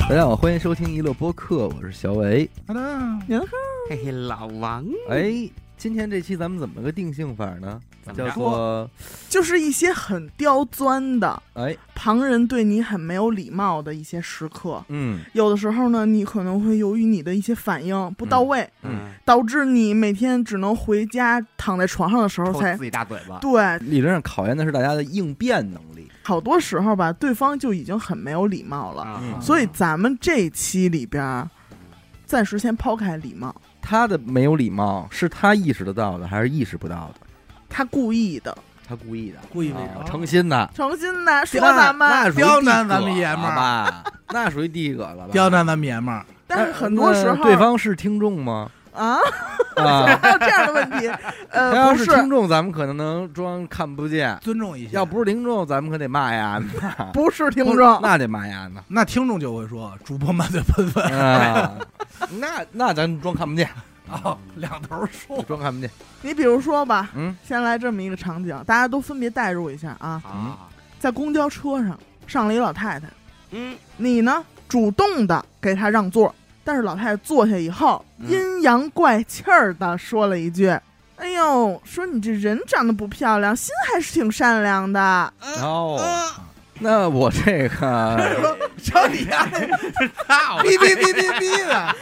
大家好，欢迎收听娱乐播客，我是小伟。嗯好的，啊嘿嘿，老王，哎，今天这期咱们怎么个定性法呢？怎么叫样？做就是一些很刁钻的，哎，旁人对你很没有礼貌的一些时刻。嗯有的时候呢，你可能会由于你的一些反应不到位，嗯，导致你每天只能回家躺在床上的时候抽嗯才自己大嘴巴。对。理论上考验的是大家的应变能力。好多时候吧，对方就已经很没有礼貌了。嗯啊所以咱们这一期里边儿，暂时先抛开礼貌，他的没有礼貌是他意识得到的，还是意识不到的？他故意的、他故意的，故意为啊之诚心的。诚心的说那咱那们，属于地刁难咱们葛爷们儿吧，那属于地葛了吧？ 刁难咱们爷们儿，但是很多时那候对方是听众吗？ 啊，啊，还有这样的问题， 他呃，要不是是，听众，咱们可能能装看不哎见；尊重一下。要不是听众，咱们可得骂呀，骂不是听众， 那得骂呀呢。那听众就会说主播满嘴喷 粪啊， 那那咱装看不见，啊，两头说。装看不见。你比如说吧，嗯，先来这么一个场景，大家都分别代入一下啊，啊，在公交车上上了一老太太，嗯，你呢主动的给她让座，但是老太太坐下以后，嗯阴阳怪气儿的说了一句：“哎呦，说你这人长得不漂亮，心还是挺善良 的。哦，那我这哎 个，说瞧你丫这哔哔哔哔哔的，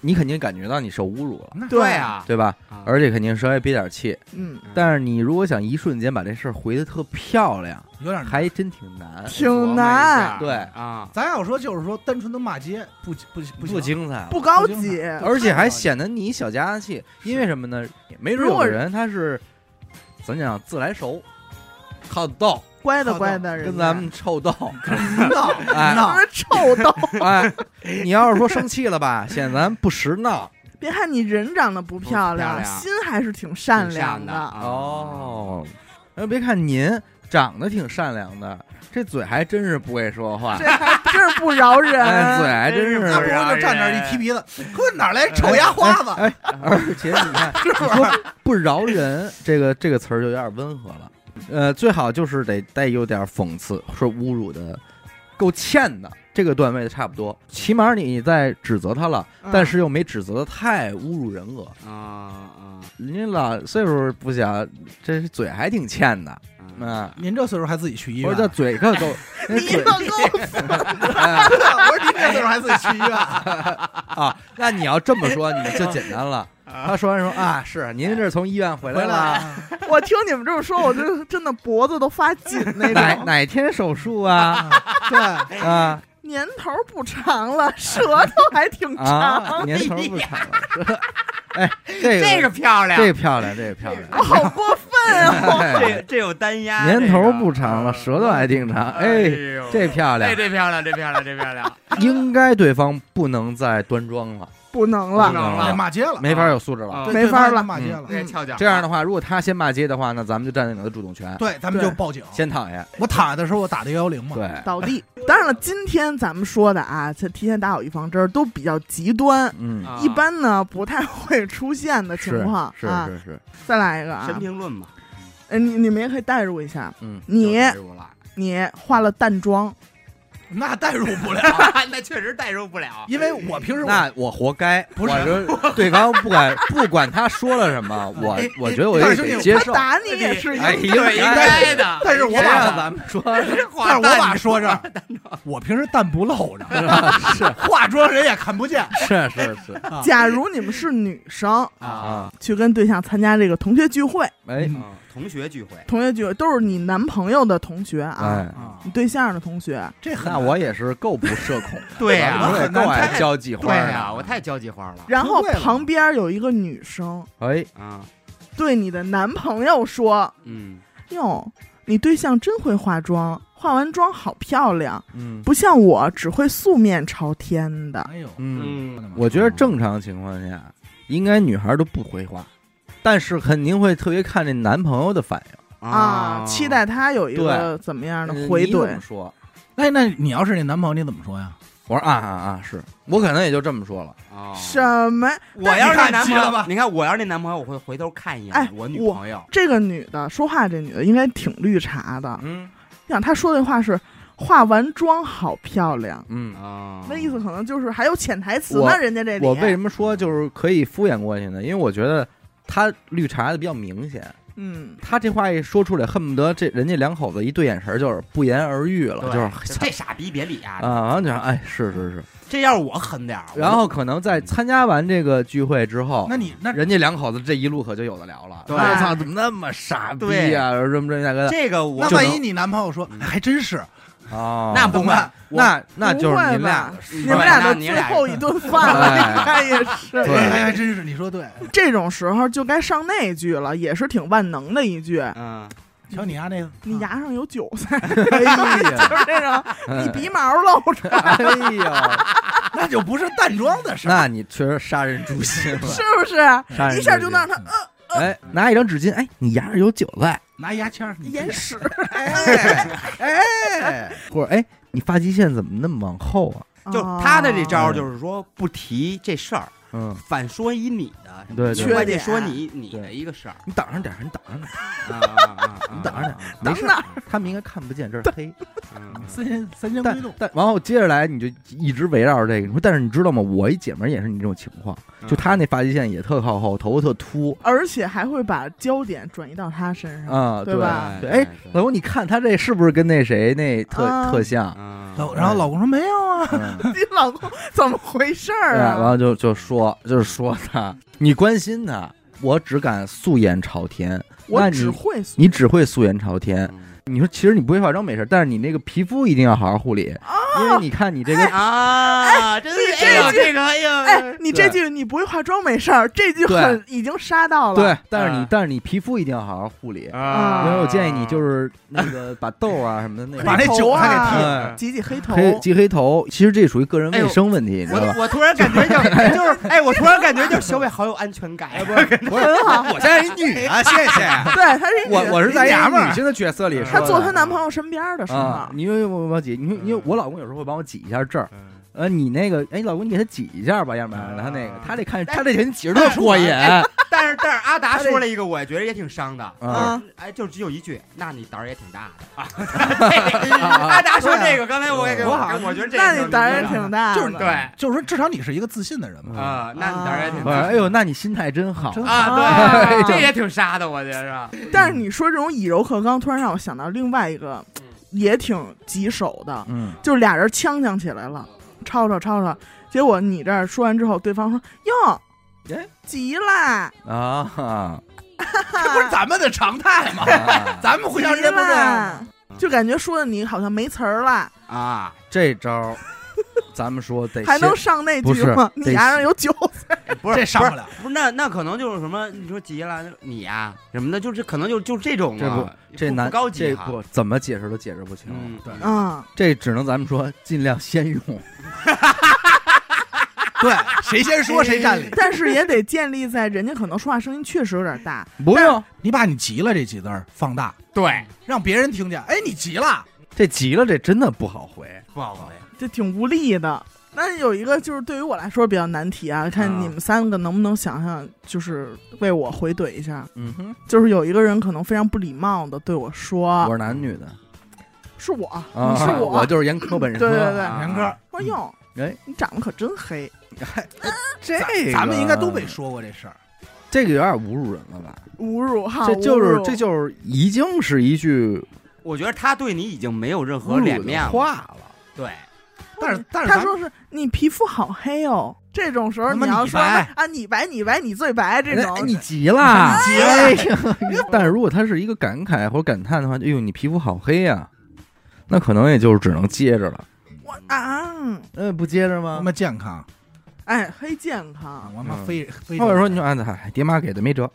你肯定感觉到你受侮辱了，对啊，对吧？啊而且肯定稍微憋点气。嗯，但是你如果想一瞬间把这事儿回的特漂亮，有点难。还真挺难，挺难，对啊，咱要说就是说单纯的骂街不不不不行，精彩了。不高级。而且还显得你小家子气，因为什么呢？没准如有果的人他是，咱讲自来熟，好逗，乖的乖的人家，跟咱 们臭逗，闹哎特闹别臭豆。 哎，你要是说生气了吧， 显咱不识闹别看你人长得不漂 不漂亮心还是挺善挺良善的。。嗯哦。哎，别看您长得挺善良的，这嘴还真是不会说话这，还真是不饶哎，嘴人。还真那不是。如就站那儿一提鼻子，呵，哪来丑丫花子？哎，而且你看，你说不饶人这个这个词儿就有点温和了，呃，最好就是得带有点讽刺，说侮辱的，够欠的，这个段位的差不多。起码你在指责他了，嗯但是又没指责的太侮辱人格。啊啊人家老岁数不小，这嘴还挺欠的，嗯，您这岁数还自己去医院？我说 这嘴可够，那你嘴老哎啊我说您公这岁数还自己去医院？啊，那你要这么说，你就简单了。他说完说啊，是您这是从医院 回来了，我听你们这么说，我就真的脖子都发紧那哪种。哪天手术啊？对，啊年头不长了，舌头还挺长。啊，年头不长了。哎，这这个个漂亮，这漂亮，这个漂我亮。好过分啊！哎这这有单压，年这头个不长了，舌头还挺长。哎哎呦，这漂亮哎，，这漂亮，这漂亮，这漂亮，应该对方不能再端庄了，不能不了，能哎了，骂街了，哦没法有素质了。嗯啊对没法了骂街了。这翘脚，这样的话，如果他先骂街的话，那咱们就占领了他主动权，对，咱们就对报警。先躺下。我躺下的时候，我打的幺幺零嘛。对，倒地。当然了，今天咱们说的啊，这提前打好预防针儿都比较极端，嗯，啊一般呢不太会出现的情是况是啊。是是，再来一个啊神，评论嘛，哎，你你们也可以代入一下，嗯，你就代入了你化了淡妆，那代入不了，那确实代入不了，因为我平时我那我活该，不是我就对方不管不管他说了什么，我我觉得我也得接他受。打你也是哎应应对，应该该的，但是我谁让把咱们说但但是我把说这儿，我平时蛋不露 着，啊是 化妆人也看不见。是是是假如你们是女生，啊啊，，去跟对象参加这个同学聚会，哎嗯嗯同学聚会，同学聚会都是你男朋友的同学啊，哎，啊，你对象的同学，这很那我也是够不社恐的，对呀我也够爱交际花对啊的呀，我太交际花了，然后出柜了旁边有一个女生哎，啊，对你的男朋友说嗯，：“哟，你对象真会化妆，化完妆好漂亮，嗯不像我只会素面朝天的。哎呦，嗯，嗯我觉得正常情况下，应该女孩都不回话，但是肯定会特别看这男朋友的反应。啊，期待他有一个哦对呃怎么样的回你怎怼么？说？哎那那你要是那男朋友，你怎么说呀？我说啊啊啊，是我可能也就这么说了。啊，什么？我要是那男朋你看急了友吧，你看我要是那男朋友，我会回头看一哎眼我女我朋友。这个女的说话，这女的应该挺绿茶的。嗯你想，她说的话是化完妆好漂亮，嗯，啊，那意思可能就是还有潜台词我呢。人家这里，我为什么说就是可以敷衍过去呢？因为我觉得他绿茶的比较明显，嗯，他这话一说出来，恨不得这人家两口子一对眼神就是不言而喻了，对就是这傻逼别理啊！啊，完全哎，是是是。这要是我狠点儿，我然后可能在参加完这个聚会之后，那你那哦人家两口子这一路可就有的聊了。对我操，怎么那么傻逼呀、啊？这么这么大哥的这个我那就万能一你男朋友说嗯哎还真是，哦，那不懂会吧，我那那就是不会你俩吧的事你你们对俩那的你最俩后一顿饭了，哎应该也是。 对哎还还真是，你说 对。这种时候就该上那句了，也是挺万能的一句。嗯，瞧你丫那个，你牙上有韭 菜，哎呀，就是这种，你鼻毛露出，嗯哎呀，那就不是淡妆的事儿。那你确实杀人诛心了， 是不是？杀人一下就那让他呃哎，拿一张纸巾，哎，你牙上有韭菜，拿牙签儿，你 眼屎，哎哎，或者哎，你发际线怎么那么往后啊？就他的这招哦就是说不提这事儿，嗯，反说一你的，对对关缺键点说你你对的一个事儿，你挡上点儿，你挡上点儿，啊啊啊啊你挡着点啊没事等哪儿，他们应该看不见，这是黑。嗯三千三千归但洞，但然后接着来，你就一直围绕着这个。你说，但是你知道吗？我一姐们儿也是你这种情况，就她那发际线也特靠后，头发特秃而且还会把焦点转移到他身上。啊，嗯对吧对，哎，老公，你看她这是不是跟那谁那特啊特像？嗯老然后老公说没有啊， 嗯 你老公怎么回事对，儿然啊？后就就说就是说她，你关心她，我只敢素颜朝天，那我你只会素你只会素颜朝天。嗯你说其实你不会化妆没事，但是你那个皮肤一定要好好护理，因为你看你这个哎啊，真你是这哎呦句这个哎哎呦，，你这句你不会化妆没事儿，这句对很已经杀到了。对，但是你啊但是你皮肤一定要好好护理。啊因为我建议你就是那个把痘啊什么的那把个那韭菜嗯给剃。黑头挤挤黑头，黑及黑头，其实这属于个人卫生问题，你知道吧？我我突然感觉 就就是哎，我突然感觉就是小伟好有安全感，不是，我现在是一女啊，谢谢。 对，她是一女我我是在一娘们个儿女性的角色里说的，她坐她男朋友身边的时候啊，，你为我帮挤，因为因为我老公有时候会帮我挤一下这儿，呃，你那个，哎，老公你给他挤一下吧，要不然他那个，他这看他这人挤着特过瘾， 但是但是阿达他这说了一个，我觉得也挺伤的。啊，哎，就只有一句，那你胆儿也挺大的 啊！阿达说这个，刚才我也给啊多好我觉得这个那就是你胆儿也挺大的，就是对啊，就是说，至少你是一个自信的人嗯嘛。那你胆儿也挺不大是，的哎呦，那你心态真好，真好啊，对 啊，这也挺杀的，我觉着。但是你说这种以柔克刚，突然让我想到另外一个嗯，也挺棘手的，嗯，就是俩人呛呛起来了，吵吵吵吵，结果你这儿说完之后，对方说哟哎，急啦，啊，这不是咱们的常态吗？ 啊咱们互相之急间不是这样啦吗？，就感觉说的你好像没词儿了，啊，这招儿，咱们说得还先能上那不句是吗？得你牙上 有酒，不是这上不了。不是，那那可能就是什么？你说急了，你呀、什么的，就是可能就就这种、啊，这不这不难不高级这哈不怎么解释都解释不清，嗯，对，嗯，这只能咱们说尽量先用，对，谁先说谁占理。但是也得建立在人家可能说话声音确实有点大，不用你把你急了这几字儿放大，对，让别人听见。哎，你急了，这急了，这真的不好回，不好回。这挺无力的。那有一个就是对于我来说比较难题啊，看啊你们三个能不能想想，就是为我回怼一下。嗯哼，就是有一个人可能非常不礼貌的对我我说是男女的，：“是我，啊你是我，我。就是严苛本人，对对对啊杨哥，我说：“哟，哎你长得可真黑。这个咱们应该都被说过这事儿。这个有点侮辱人了吧？”侮辱哈，这就啊侮是辱这就是已经是一句我觉得他对你已经没有任侮何脸辱面的了。话了，对，但嗯是但是咱他们说是你皮肤好黑哦。这种时候那么你要你说白啊，你白你白你最白这哎种，你急了， 你急了哎呀但是如果他是一个感慨或者感叹的话，哎呦，你皮肤好黑呀、那可能也就是只能接着了，我啊，呃，嗯不接着他吗？妈健康哎，黑健啊康，，我他妈嗯非非或者说你说，哎，嗨爹妈给的没辙，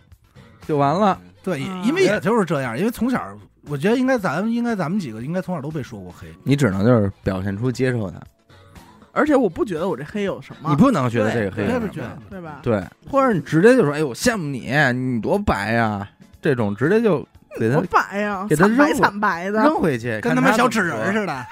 就完了。对，嗯因为也就是这样，因为从小我觉得应该咱们应该咱们几个应该从小都被说过黑。你只能就是表现出接受他，而且我不觉得我这黑有什么，你不能觉得这个黑对人啊不什觉么得的，对吧？啊对，或者你直接就说，哎呦，我羡慕你，你多白呀、这种直接就给多他白呀，给他惨白扔惨白的，扔回去，跟看他妈小纸怎么人似的，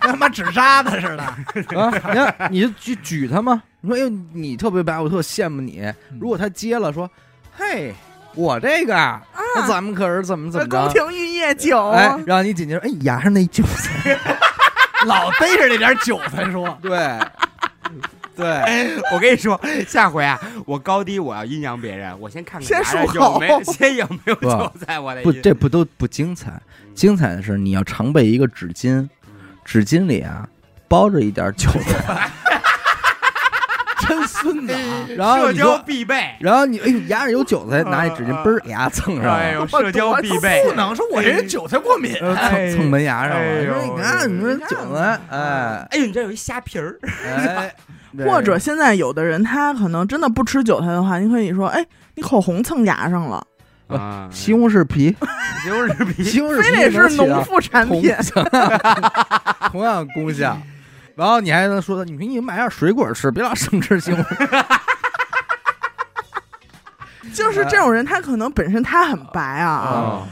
跟他妈纸沙子似的。说啊！你看，你就举举他嘛，你说哎呦，你特别白，我特羡慕你。嗯如果他接了说，嘿，我这个啊，那咱们可是怎么怎么宫着？廷玉液酒，哎，然后你紧接着，哎，牙上那韭菜，，老逮着那点韭菜说对，对，哎，我跟你说，下回啊，我高低我要阴阳别人，我先看看先牙上漱有没有，口先有没有韭菜，我 的不，意思这不都不精彩，嗯精彩的是你要常备一个纸巾，纸巾里啊包着一点韭菜， 真孙子啊！然后哎社你交说，必备，然后你哎呦牙上有韭菜，拿一纸巾啊啊嘣儿给牙蹭上哎 了，呦，社交必备，不能说我这人韭菜过敏，呃哎蹭蹭门牙上哎了。呦说你看你说这样韭菜，哎哎呦，你这有一虾皮 儿，哎，对 或者现在有的人他可能真的不吃韭菜的话，你可以说，哎，你口红蹭牙上了，不啊西红柿皮，西红柿皮， 西红柿非皮得也能是起啊到农副产同品， 同样功效。然后你还能说，你说你买点水果吃，别老生吃西红柿。就是这种人，他可能本身他很白啊，啊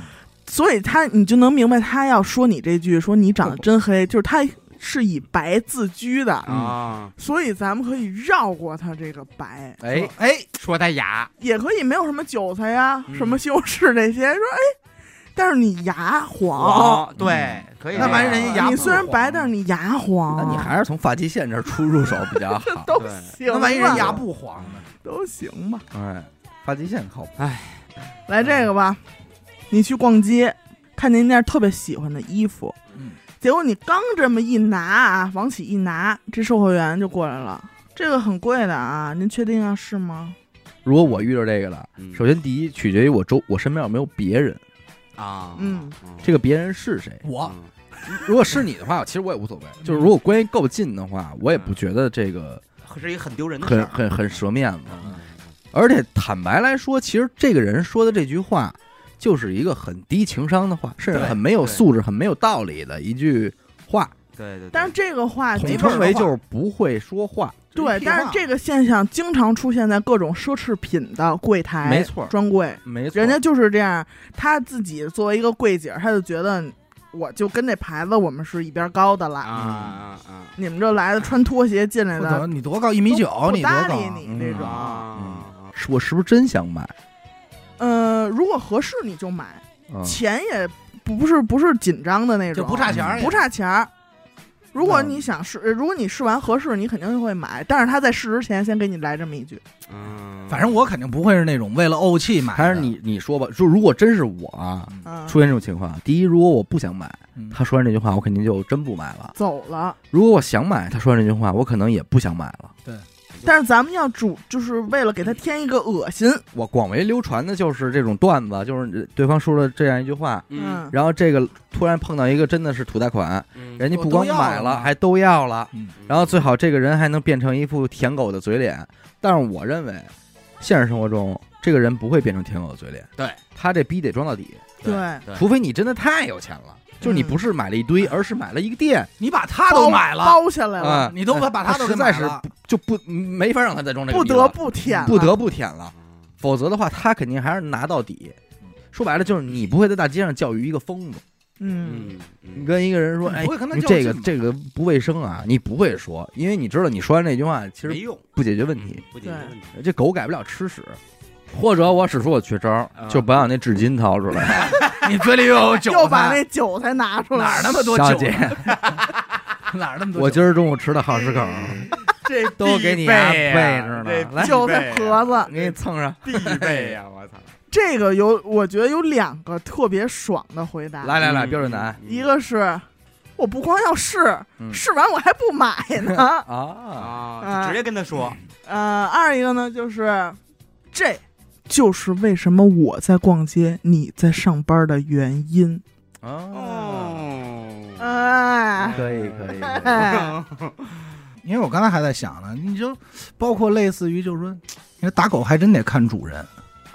所以他你就能明白他要说你这句，说你长嗯得真黑，就是他是以白自居的，啊，所以咱们可以绕过他这个白，哎，哎，说他牙，也可以没有什么韭菜呀、嗯什么西红柿这些，说哎，但是你牙黄，哦，对，嗯可以这啊那样，玩意儿人家牙不你虽然白，黄但是你牙黄，那你还啊是从发际线这儿出入手比较 好。都对行吧，那万一人牙不黄呢？都行吧。哎，发际线靠谱。来这个吧，你去逛街，看见一件特别喜欢的衣服，嗯结果你刚这么一拿啊，往起一拿，这售货员就过来了。这个很贵的啊，您确定要试吗？如果我遇到这个了，嗯首先第一取决于我周我身边有没有别人，啊，嗯，这个别人是谁。我嗯如果是你的话，其实我也无所谓。就是如果关系够近的话，我也不觉得这个是一个很丢人的事很儿，很很折面子。嗯而且坦白来说，其实这个人说的这句话，就是一个很低情商的话，甚至对很没有对素质、很没有道理的一句话，对对，但是这个话统没称味儿为的话就是不会说话。对，但是这个现象经常出现在各种奢侈品的柜台，没错专柜，没错，人家就是这样，他自己作为一个柜姐，他就觉得我就跟这牌子我们是一边高的了，啊啊啊你们这来的穿拖鞋进来不的，等你多高？一米九都，不你多搭高理啊？你这嗯种。啊，是我是不是真想买？呃，如果合适你就买，嗯钱也不是不是紧张的那就种，不差钱儿，不差钱儿。如果嗯你想试，呃如果你试完合适，你肯定会买。但是他在试之前先给你来这么一句，嗯反正我肯定不会是那种为了怄气买的。还是你你说吧，就如果真是我啊嗯，出现这种情况，第一，如果我不想买，嗯他说完这句话，我肯定就真不买了；走了。如果我想买，他说完这句话，我可能也不想买了。但是咱们要主，就是为了给他添一个恶心，我广为流传的就是这种段子，就是对方说了这样一句话，啊嗯，然后这个突然碰到一个真的是土大款，嗯人家不光都要买了了，嘛还都要了。嗯，然后最好这个人还能变成一副舔狗的嘴脸，但是我认为，现实生活中这个人不会变成舔狗的嘴脸，对他这逼得装到底，对对对除非你真的太有钱了，就是你嗯不是买了一堆，而是买了一个店，你把他都买了，包下来了，啊，你都把把他都实给在买是了不就不没法让他再装这个不逼得了，不舔，不得不舔了，否则的话他肯定还是拿到底。说白了就是你不会在大街上教育一个疯子，嗯，嗯你跟一个人说，你哎不会跟他，较这个劲吧这个不卫生啊，你不会说，因为你知道你说完这句话其没实用不解决问题。，不解决问题，这狗改不了吃屎。或者我使出我绝招啊，就把我那纸巾掏出来。 你嘴里又有韭菜，又把那韭菜拿出哪来儿那么多小韭姐菜，，哪儿那么多韭菜？我今儿中午吃的好吃口，这都给你啊备着呢来韭哎菜盒子，给你蹭上。必备呀！我操，这个有，我觉得有两个特别爽的回答。来来来，嗯标准答案一个是我不光要试，嗯。试完我还不买呢 啊！啊，就直接跟他说，呃，二一个呢就是，这就是为什么我在逛街，你在上班的原因。啊哦，哎，可以可以，可以哎 因为我刚才还在想呢，你就包括类似于就是说，你打狗还真得看主人，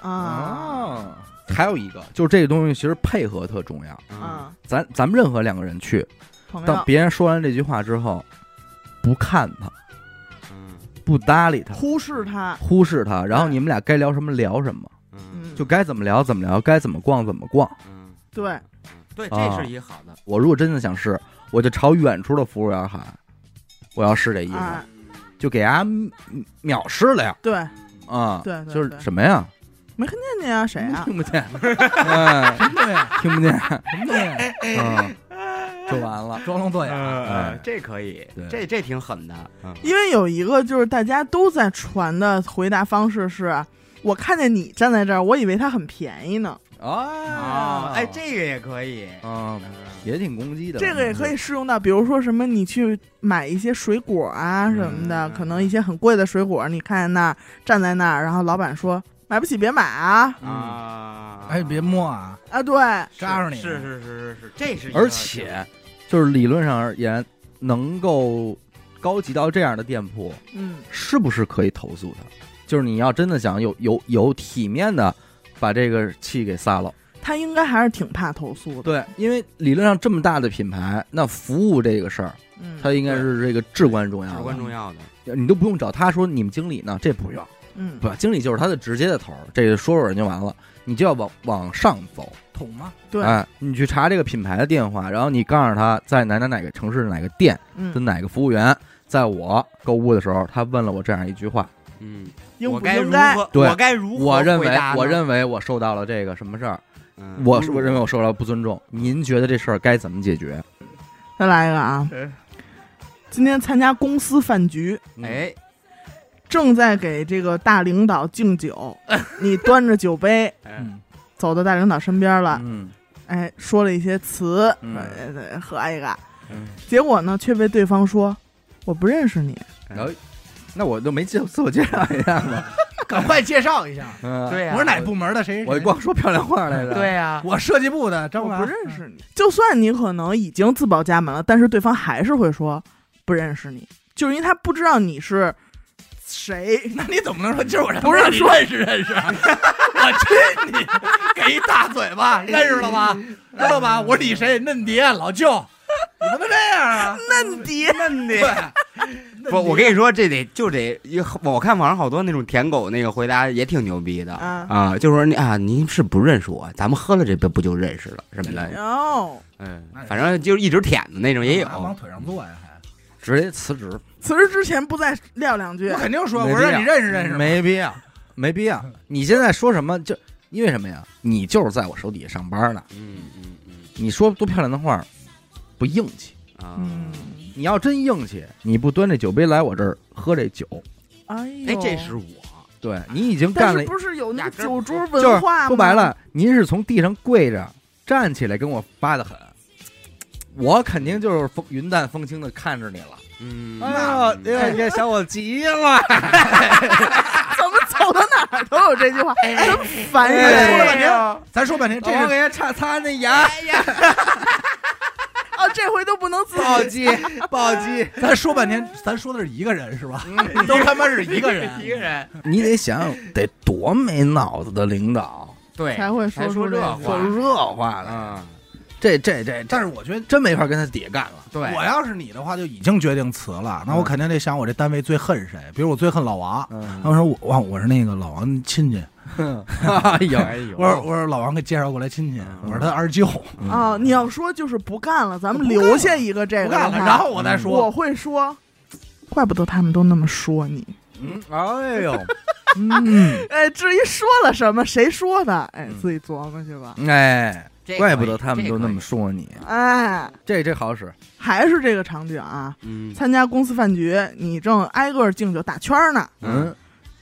啊哦。还有一个就是这个东西其实配合特重要。嗯啊，咱咱们任何两个人去，朋当友，别人说完这句话之后，不看他，嗯不搭理他，忽视他，忽视他，然后你们俩该聊什么聊什么，嗯嗯，就该怎么聊怎么聊，该怎么逛怎么逛。嗯对，对，啊这是一个好的。我如果真的想试，我就朝远处的服务员喊，我要试这衣服，啊，就给俺秒试了呀！对，啊，对对就是对什么呀？没看见你啊，谁啊？听不见， 哎，什么东西？听不见，什么哎东西？嗯，就完了。装聋作哑。呃哎，这可以对，这这挺狠的。嗯因为有一个就是大家都在传的回答方式是，我看见你站在这儿，我以为它很便宜呢。啊哦，哎，，这个也可以。嗯，也挺攻击的。这个也可以适用到，比如说什么你去买一些水果啊什么的，嗯可能一些很贵的水果，啊你看见那儿站在那儿，然后老板说买不起别买啊啊，哎，别摸啊！啊，对，是扎着你是是是是是，这是一个。啊而且就是理论上而言，能够高级到这样的店铺，嗯，是不是可以投诉他？就是你要真的想有有有体面的把这个气给撒了，他应该还是挺怕投诉的，对，因为理论上这么大的品牌，那服务这个事儿，嗯，它应该是这个至关重要的，至关重要的。你都不用找他说你们经理呢，这不用，嗯，不，经理就是他的直接的头儿，这个说说人就完了，你就要往往上走，捅啊 吗？对哎，你去查这个品牌的电话，然后你告诉他在哪哪哪个城市哪个店的嗯，哪个服务员，在我购物的时候，他问了我这样一句话，嗯，应我不该如应该？何？对我该如何？我认为我，认为我受到了这个什么事儿，嗯我是我认为我受到了不尊重，您觉得这事儿该怎么解决？再来一个啊，哎今天参加公司饭局，哎，正在给这个大领导敬 酒，你端着酒杯哎嗯，走到大领导身边了，嗯，哎，说了一些词，嗯呃喝一个嗯，结果呢却被对方说我不认识你，然后那我都没介自我介绍一下呢，赶快介绍一下，嗯，对 呀，我是哪部门的？谁？谁我光说漂亮话来着，对呀，我设计部的，张我文啊不认。识你。就算你可能已经自报家门了，但是对方还是会说不认识你，就是因为他不知道你是 谁。那 你怎么能说今儿我不是说认识认识？ 我去你！给一大嘴巴，认识了吧？知道吧？我是你谁？嫩爹老舅，你不能这样啊！嫩爹，嫩的对， 不，我跟你说，这得就得，我看网上好多那种舔狗那个回答也挺牛逼的啊就说你啊，您是不认识我，咱们喝了这杯不就认识了什么的，哦，嗯，反正就是一直舔的嗯那种也有。嗯往腿上坐呀，还直接辞职，此时之前不再撂两句 我，肯定说，没我必要说让你认识认识吧。没必要，没必 要。你现在说什么就因为什么呀？你就是在我手底下上班呢，嗯嗯嗯你说多漂亮的话，不硬气。啊，嗯，你要真硬气，你不端这酒杯来我这儿喝这酒，哎呦，哎，这是我，对你已经但干是了，不是有那压根儿酒桌就文是化吗？说白，了，您是从地上跪着站起来跟我扒的很，我肯定就是风云淡风轻的看着你了。嗯，哎呦，这小伙急了，怎么走到哪儿都有这句话，真烦哎说了人！半啊天，咱说半天，这我是给他擦擦那牙，哎哦，这回都不能自己暴击暴击。咱说半天，咱说的是一个人是吧？ 都他妈是一个人， 一个人， 你得想想得多没脑子的领导，对，才会说才说出这这话话说热话的，啊，这这这，但是我觉得。真没法跟他底下干了。对，我 要是你的话，就已经决定辞了。那我肯定得想我这单位最恨谁，比如我最恨老王。嗯，他们说我哇，我是那个老王亲戚。哎呦，哎呦，我说我说老王给介绍过来亲戚，嗯我是他二舅，啊！你要说就是不干了，咱们留下一个这不个的干了。话，然后我再嗯我说，会说，怪不得他们都那么说你。嗯，哎呦，嗯，哎，至于说了什么，谁说的，哎，嗯自己琢磨去吧。 哎，这可以怪不得他们都那么，这可以说你，哎，这这好使，还是这个场景啊！嗯参加公司饭局，你正挨个敬酒打圈儿呢，嗯，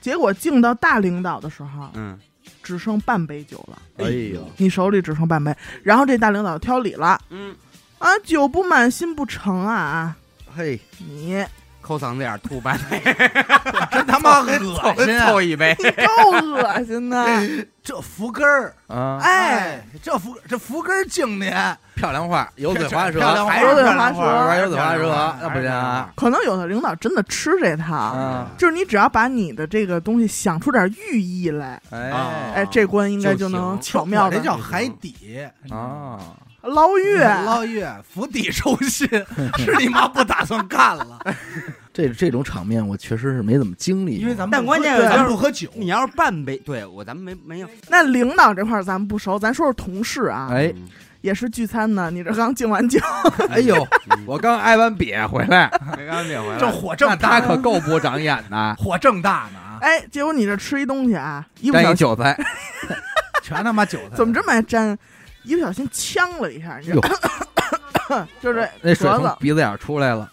结果敬到大领导的时候，嗯，只剩半杯酒了。哎呦，你手里只剩半杯，然后这大领导挑理了嗯，啊，酒不满心不成啊，嘿，你抠嗓子眼儿吐 白沫，真 他妈恶心 啊！凑一杯，你够恶心的，这福根儿，啊，哎，，这福这福根儿敬您，漂亮话，油嘴滑舌，漂亮还是话油嘴漂亮话滑舌哎油嘴滑舌，那不行啊，可能有的领导真的吃这套，啊，就是你只要把你的这个东西想出点寓意来，哎啊哎，这关应该就能行巧妙我这的叫哎海底啊，捞 月。哎捞月釜底抽薪，是你妈不打算干了，这这种场面我确实是没怎么经历过，因为咱们但不关喝键对是咱就们是不喝酒，你要是半杯，对我咱们没没有，那领导这块儿咱们不熟，咱说说同事啊，哎嗯，也是聚餐呢。你这刚敬完酒，哎呦，嗯 我刚挨完瘪回 来，没刚领回来这火正那他大，可够不长眼的，火正大呢啊，哎，结果你这吃一东西啊，一不沾小一心韭 菜，全他妈韭哎菜。怎么这么爱沾？一不小心呛了一下，你知哟道 就是那这水脖从子。鼻子眼儿出来了，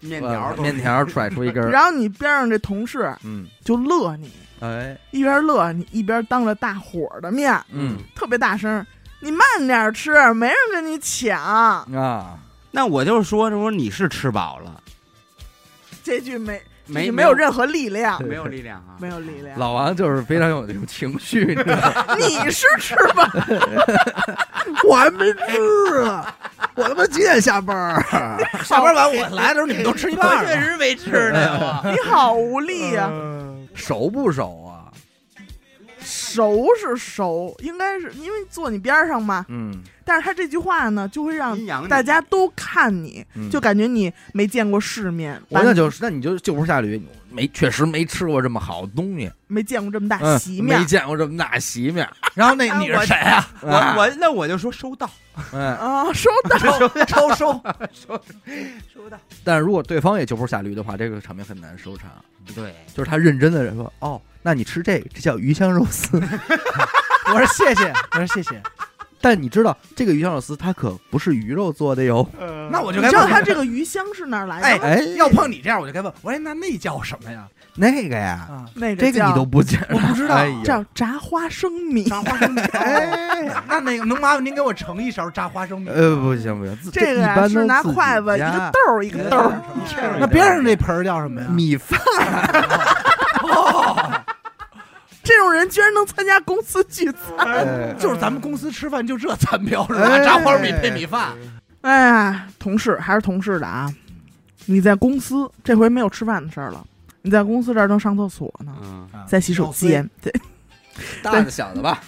面呃条面条甩出一根儿，然后你边上这同事嗯，就乐你，哎，一边乐你一边当着大伙儿的面，嗯特别大声：“你慢点儿吃，没人跟你抢。啊，那我就是说，这不是你是吃饱了，”这句没没这句没有任何力量，对没有力量啊，没有力量。老王就是非常有这种情绪，你知道吗？你是吃 吧？我还没吃 啊！我他妈几点下班儿？下班晚 我来的时候你们都吃一半我确了。实没吃呢，我你好无力啊呀、嗯熟不熟啊？熟是熟，应该是因为坐你边上嘛。嗯，但是他这句话呢，就会让阴阳你大家都看你，嗯就感觉你没见过世面，我把那你就是，那你就就坡下驴，你没确实没吃过这么好的东西，没见过这么大嗯席，面没。见过这么大席面，然 后那你是谁啊？我我那我就说收 到，嗯，啊，收 到，超超收，收到，但是如果对方也就坡下驴的话，这个场面很难收场。嗯对，就是他认真的人说，哦，那你吃这个，这叫鱼香肉丝。 我说谢谢，我说谢谢。但你知道这个鱼香肉丝它可不是鱼肉做的哟。那我你就该知道问他这个鱼香是哪儿来的吗？哎，要碰你这样我就该问，我说那那叫什么呀？那个呀，啊，那这个叫你都不知道，我不知道哎呀，叫炸花生米，炸花生 米。哎，那那个能麻烦您给我盛一勺炸花生米？呃，不行不行，自这个一般呀都是拿自己筷子一家个豆儿一个豆儿，那边上这盆儿叫什么呀？米饭，这种人居然能参加公司聚餐，哎就是咱们公司吃饭就这餐标是吧？哎炸花生米配米饭，哎呀，同事还是同事的啊！你在公司这回没有吃饭的事儿了，你在公司这儿正上厕所呢，嗯，在洗手间，对，大的小的吧，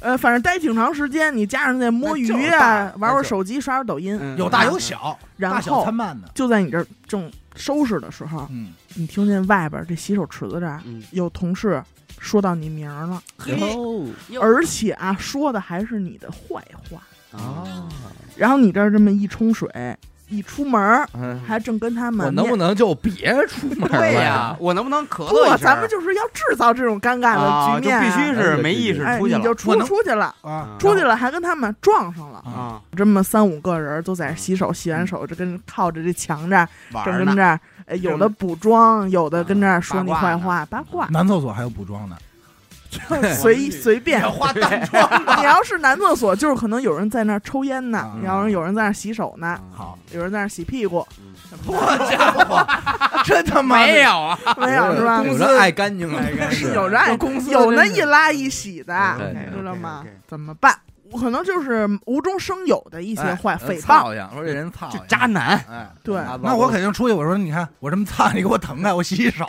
呃，反正待挺长时间，你加上在摸那就鱼是大啊，玩会儿手机，刷刷抖音，嗯有大有小，大然小后参半的。就在你这儿正收拾的时候，嗯，你听见外边这洗手池子这儿嗯，有同事说到你名儿了，哟而且啊，说的还是你的坏话。啊，然后你这儿这么一冲水，一出门儿哎还正跟他们我能面不能就别出门了对哎呀，？我能不能咳嗽不一，声咱们就是要制造这种尴尬啊的局面，就必须哎是没意识哎，出去你就了出我能出去了，啊，出去了还跟他们撞上了，啊，这么三五个人都在这洗手，洗完手就跟靠着这墙这儿，玩正儿跟呢这儿，哎有的补妆，有的跟这儿说你八卦坏呢话，八 卦，男厕所还有补妆的，随随便。化淡妆 你要是男厕所，就是可能有人在那儿抽烟呢啊，然后有人在那儿洗手啊啊呢，嗯好，有人在那儿洗屁股，好家伙， 真他妈的没有啊，哎没有是吧？有人爱干净了，啊是是有人爱公司有真那是一拉一洗的对对，知道 OK，OK，吗 OK？怎么办？我可能就是无中生有的一些哎坏人诽谤，操呀，说这人操就呀，渣男，哎，对那我肯定出去，我说你看我这么烫，你给我疼开，我洗洗手，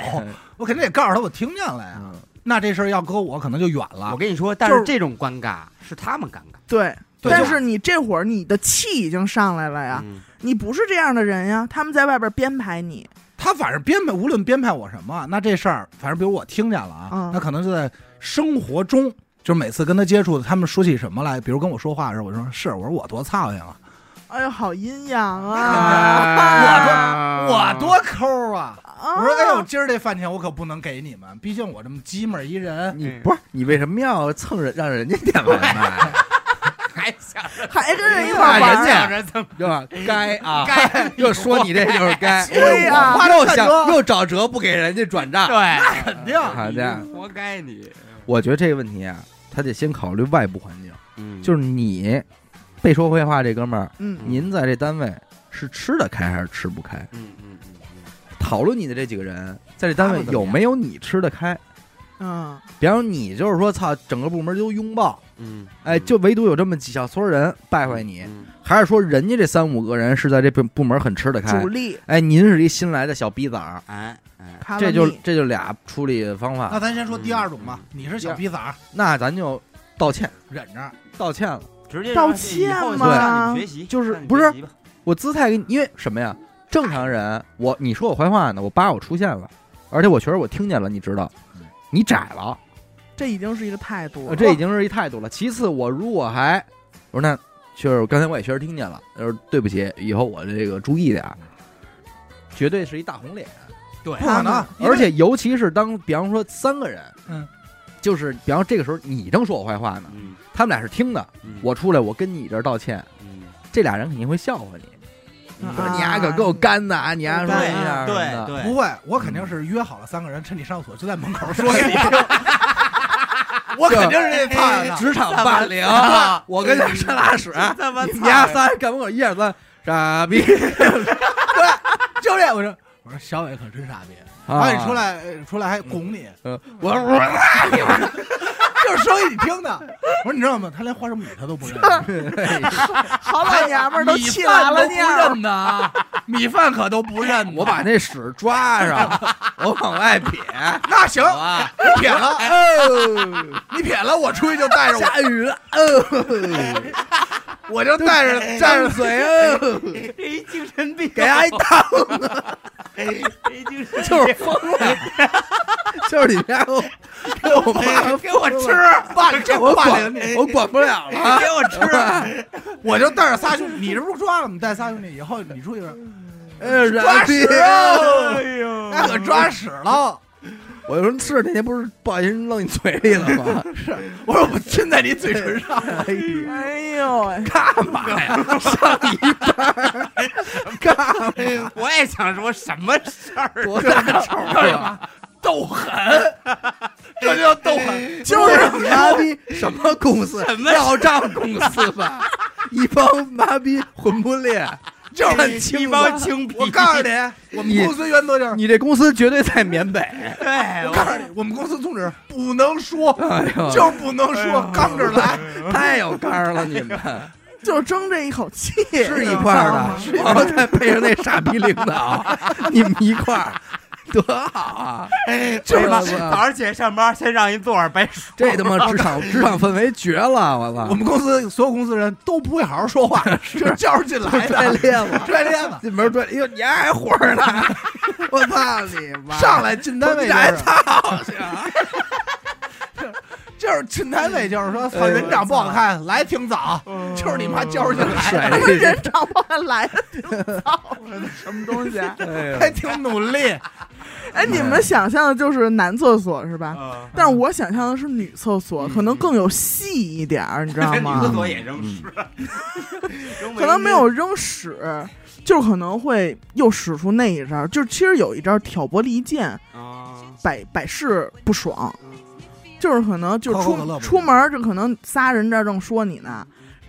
我肯定得告诉他我听见了呀。嗯那这事儿要搁我，可能就远我了。跟你说，但就是是这种尴尬是他们尴尬，对。对但就是你这会儿你的气已经上来了呀，嗯你不是这样的人呀，他们在外边编排你，他反正编排，无论编排我什么，那这事儿反正比如我听见了啊嗯，那可能就在生活中，就是每次跟他接触，他们说起什么来，比如跟我说话的时候，我就说是，我说我多操心啊，哎呦，好阴阳 啊！啊啊我多抠啊。啊我说，哎呦，今儿这饭钱我可不能给你们，毕竟我这么鸡门一人。你不是你为什么要蹭人让人家点外卖？啊还想着 还跟人一块儿玩哎儿，呀怎么对吧？该啊，该又说你这就是该，对呀又想又找辙不给人家转账， 对，肯定好的。哎活该你，我觉得这个问题啊，他得先考虑外部环境，嗯就是你被说坏话这哥们儿，嗯，您在这单位是吃得开还是吃不开？嗯嗯嗯嗯，讨论你的这几个人在这单他位们怎么有样没有你吃得开？嗯，比方说你就是说，操，整个部门都拥抱，嗯，哎，就唯独有这么几小撮人败坏你，还是说人家这三五个人是在这部部门很吃得开主？力，哎，您是一新来的小逼崽儿，哎哎，卡这瓦就密这就俩处理方法那。咱先说第二种吧，你是小逼崽儿，那咱就道歉，忍着。道歉了。直接道歉以后就吗让你们学习就是让你们不是学习吧我姿态给你，因为什么呀？正常人，我你说我坏话呢，我叭我出现了，而且我确实我听见了，你知道嗯，你窄了，这已经是一个态度呃了。这已经是一态度了。其次，我如果还我说那确实刚才我也确实听见了，就是对不起，以后我这个注意点儿，绝对是一大红脸。对不可能，因为而且尤其是当比方说三个人，嗯，就是比方这个时候你正说我坏话呢，嗯，他们俩是听的，嗯我出来我跟你这儿道歉，嗯这俩人肯定会笑话你，嗯说啊你丫可够干的啊，你丫说对一下什么的对不对，会，我肯定是约好了三个人，趁你上厕所就在门口说给 你听。我肯定是那哎怕的，职场霸凌，啊我跟这上拉屎，这么你们家仨干门口一二三，傻 逼教练，我说我说小伟可真傻逼，啊把你出，来呃出来还拱你，呃我我就是声音你听的。我说你知道吗？他连花生米他都不认， 哎好老娘们儿都气完了米饭你。都不认啊呐，米饭可都不认呢。我把那屎抓 上，我往外撇，那行，好吧，你撇了，哦，你撇了，我出去就带着我，下雨 了，哦，我就带着带沾着水哦。这一精神病，给哎挨打，这一精 神就是疯了，就是你家给我给我妈给我吃，霸凌这我 霸凌管你，我管不了了，给啊我吃， 我就带着仨 兄弟，你这不是抓了吗？带仨兄弟以后你 出去玩，呃，抓然屎后哦，哎呦那可 抓屎了。我说是那天不是不小心扔你嘴里了吗？ 我说我亲在你嘴唇 上，哎呀 哎呦喂，干嘛呀？哎上一半儿，干嘛？我也想说什么事儿，多大仇啊！斗 狠，这就叫斗哎狠。就是你妈逼什么公司？什么要账公司 吧？一帮妈逼混不 吝，就是清哎一帮青皮，我告诉你，我们公司原则 就是， 你这公司绝对在缅北。对，我我告诉你，我们公司宗旨不能说， 哎 呦就是不能说，刚着来。 太有杆儿了，你们就争这一口气， 是啊一块儿的，然后再配上那傻逼领导，你们一块儿多好 啊！就是吧哎呦我早上起来上班，先让一坐着白说，这他妈职场职场氛围绝了，我我操！们公司所有公司人都不会好好说话，就是叫着进来拽的，链子，拽链子，进门拽，哟，你还活着呢？ 我操你妈！上来进单位就还是。操去啊！就是进单位，就是说，操，哎呦人长不好看，来挺早，就是你妈叫着进嗯甩 来，了他们哎人找不还来哎的 什么东西，哎呦还挺努力，哎，你们想象的就是男厕所是吧？嗯但是我想象的是女厕所，可能更有戏一点儿，你 知道女厕吗？所也扔屎，扔可能没有扔屎，就可能会又使出那一招，就是其实有一招挑拨离间，啊，百百试不爽，就是可能就可口可乐不出出门儿就可能仨人这儿正说你呢，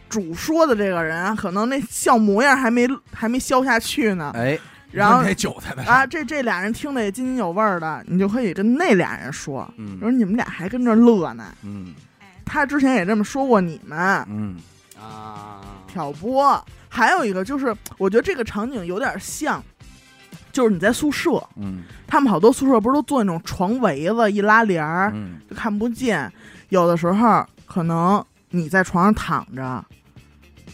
主说的这个人啊可能那笑模样还没还没消下去呢，哎，然后那韭菜的事儿啊，这这俩人听得也津津有味儿的，你就可以跟那俩人说，嗯说你们俩还跟这儿乐呢，嗯他之前也这么说过你们嗯，啊，挑拨。还有一个就是，我觉得这个场景有点像，就是你在宿舍，嗯他们好多宿舍不是都做那种床围子，一拉帘儿嗯就看不见，有的时候可能你在床上躺着。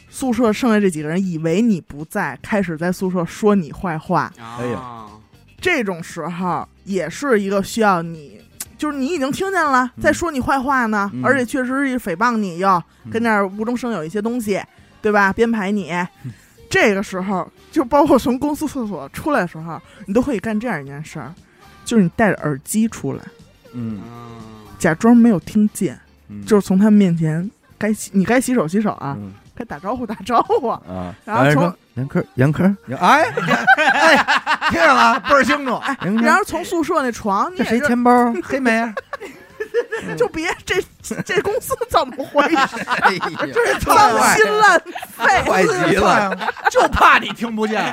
宿舍剩下这几个人以为你不在，开始在宿舍说你坏话，啊哎呀，这种时候也是一个需要你，就是你已经听见了，嗯在说你坏话呢，嗯而且确实是诽谤你，又跟那儿无中生有一些东西，对吧？编排你，这个时候就包括从公司厕所出来的时候，你都可以干这样一件事儿，就是你戴着耳机出来，嗯嗯，假装没有听见，嗯，就是从他们面前该洗你该洗手洗手啊，嗯该打招呼打招呼啊，啊，然后人从说杨科，杨科，哎哎，听见了，倍儿清楚。杨科然，后从宿舍那床，你这也谁是钱包？啊 黑莓， 就别这这公司怎么回事？ 哎呀，这操脏心烂肺，坏极了！，就怕你听不见，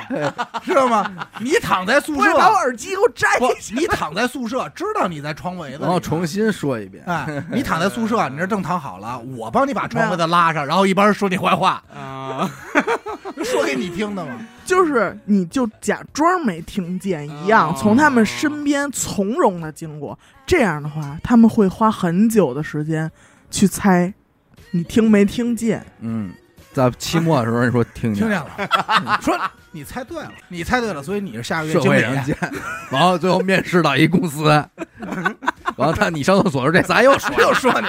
知道吗？你躺在宿不是舍，把我耳机给我摘不下，你躺在宿舍，知道你在床围子然后里。哦重新说一遍，哎，你躺在宿舍，你这正躺好了，我帮你把窗户子拉上，然后一帮人说你坏话，啊， 说给你听的嘛。 就是你就假装没听见一样，哦从他们身边从容的经过。这样的话，他们会花很久的时间去猜你听没听见。 嗯，在期末的时候，人说听听见见了了，说你猜对了，你猜对了，所以你是下个月社经会理。人见，完了最后面试到一公司， 完了他你上厕所时候这咱又说又说你，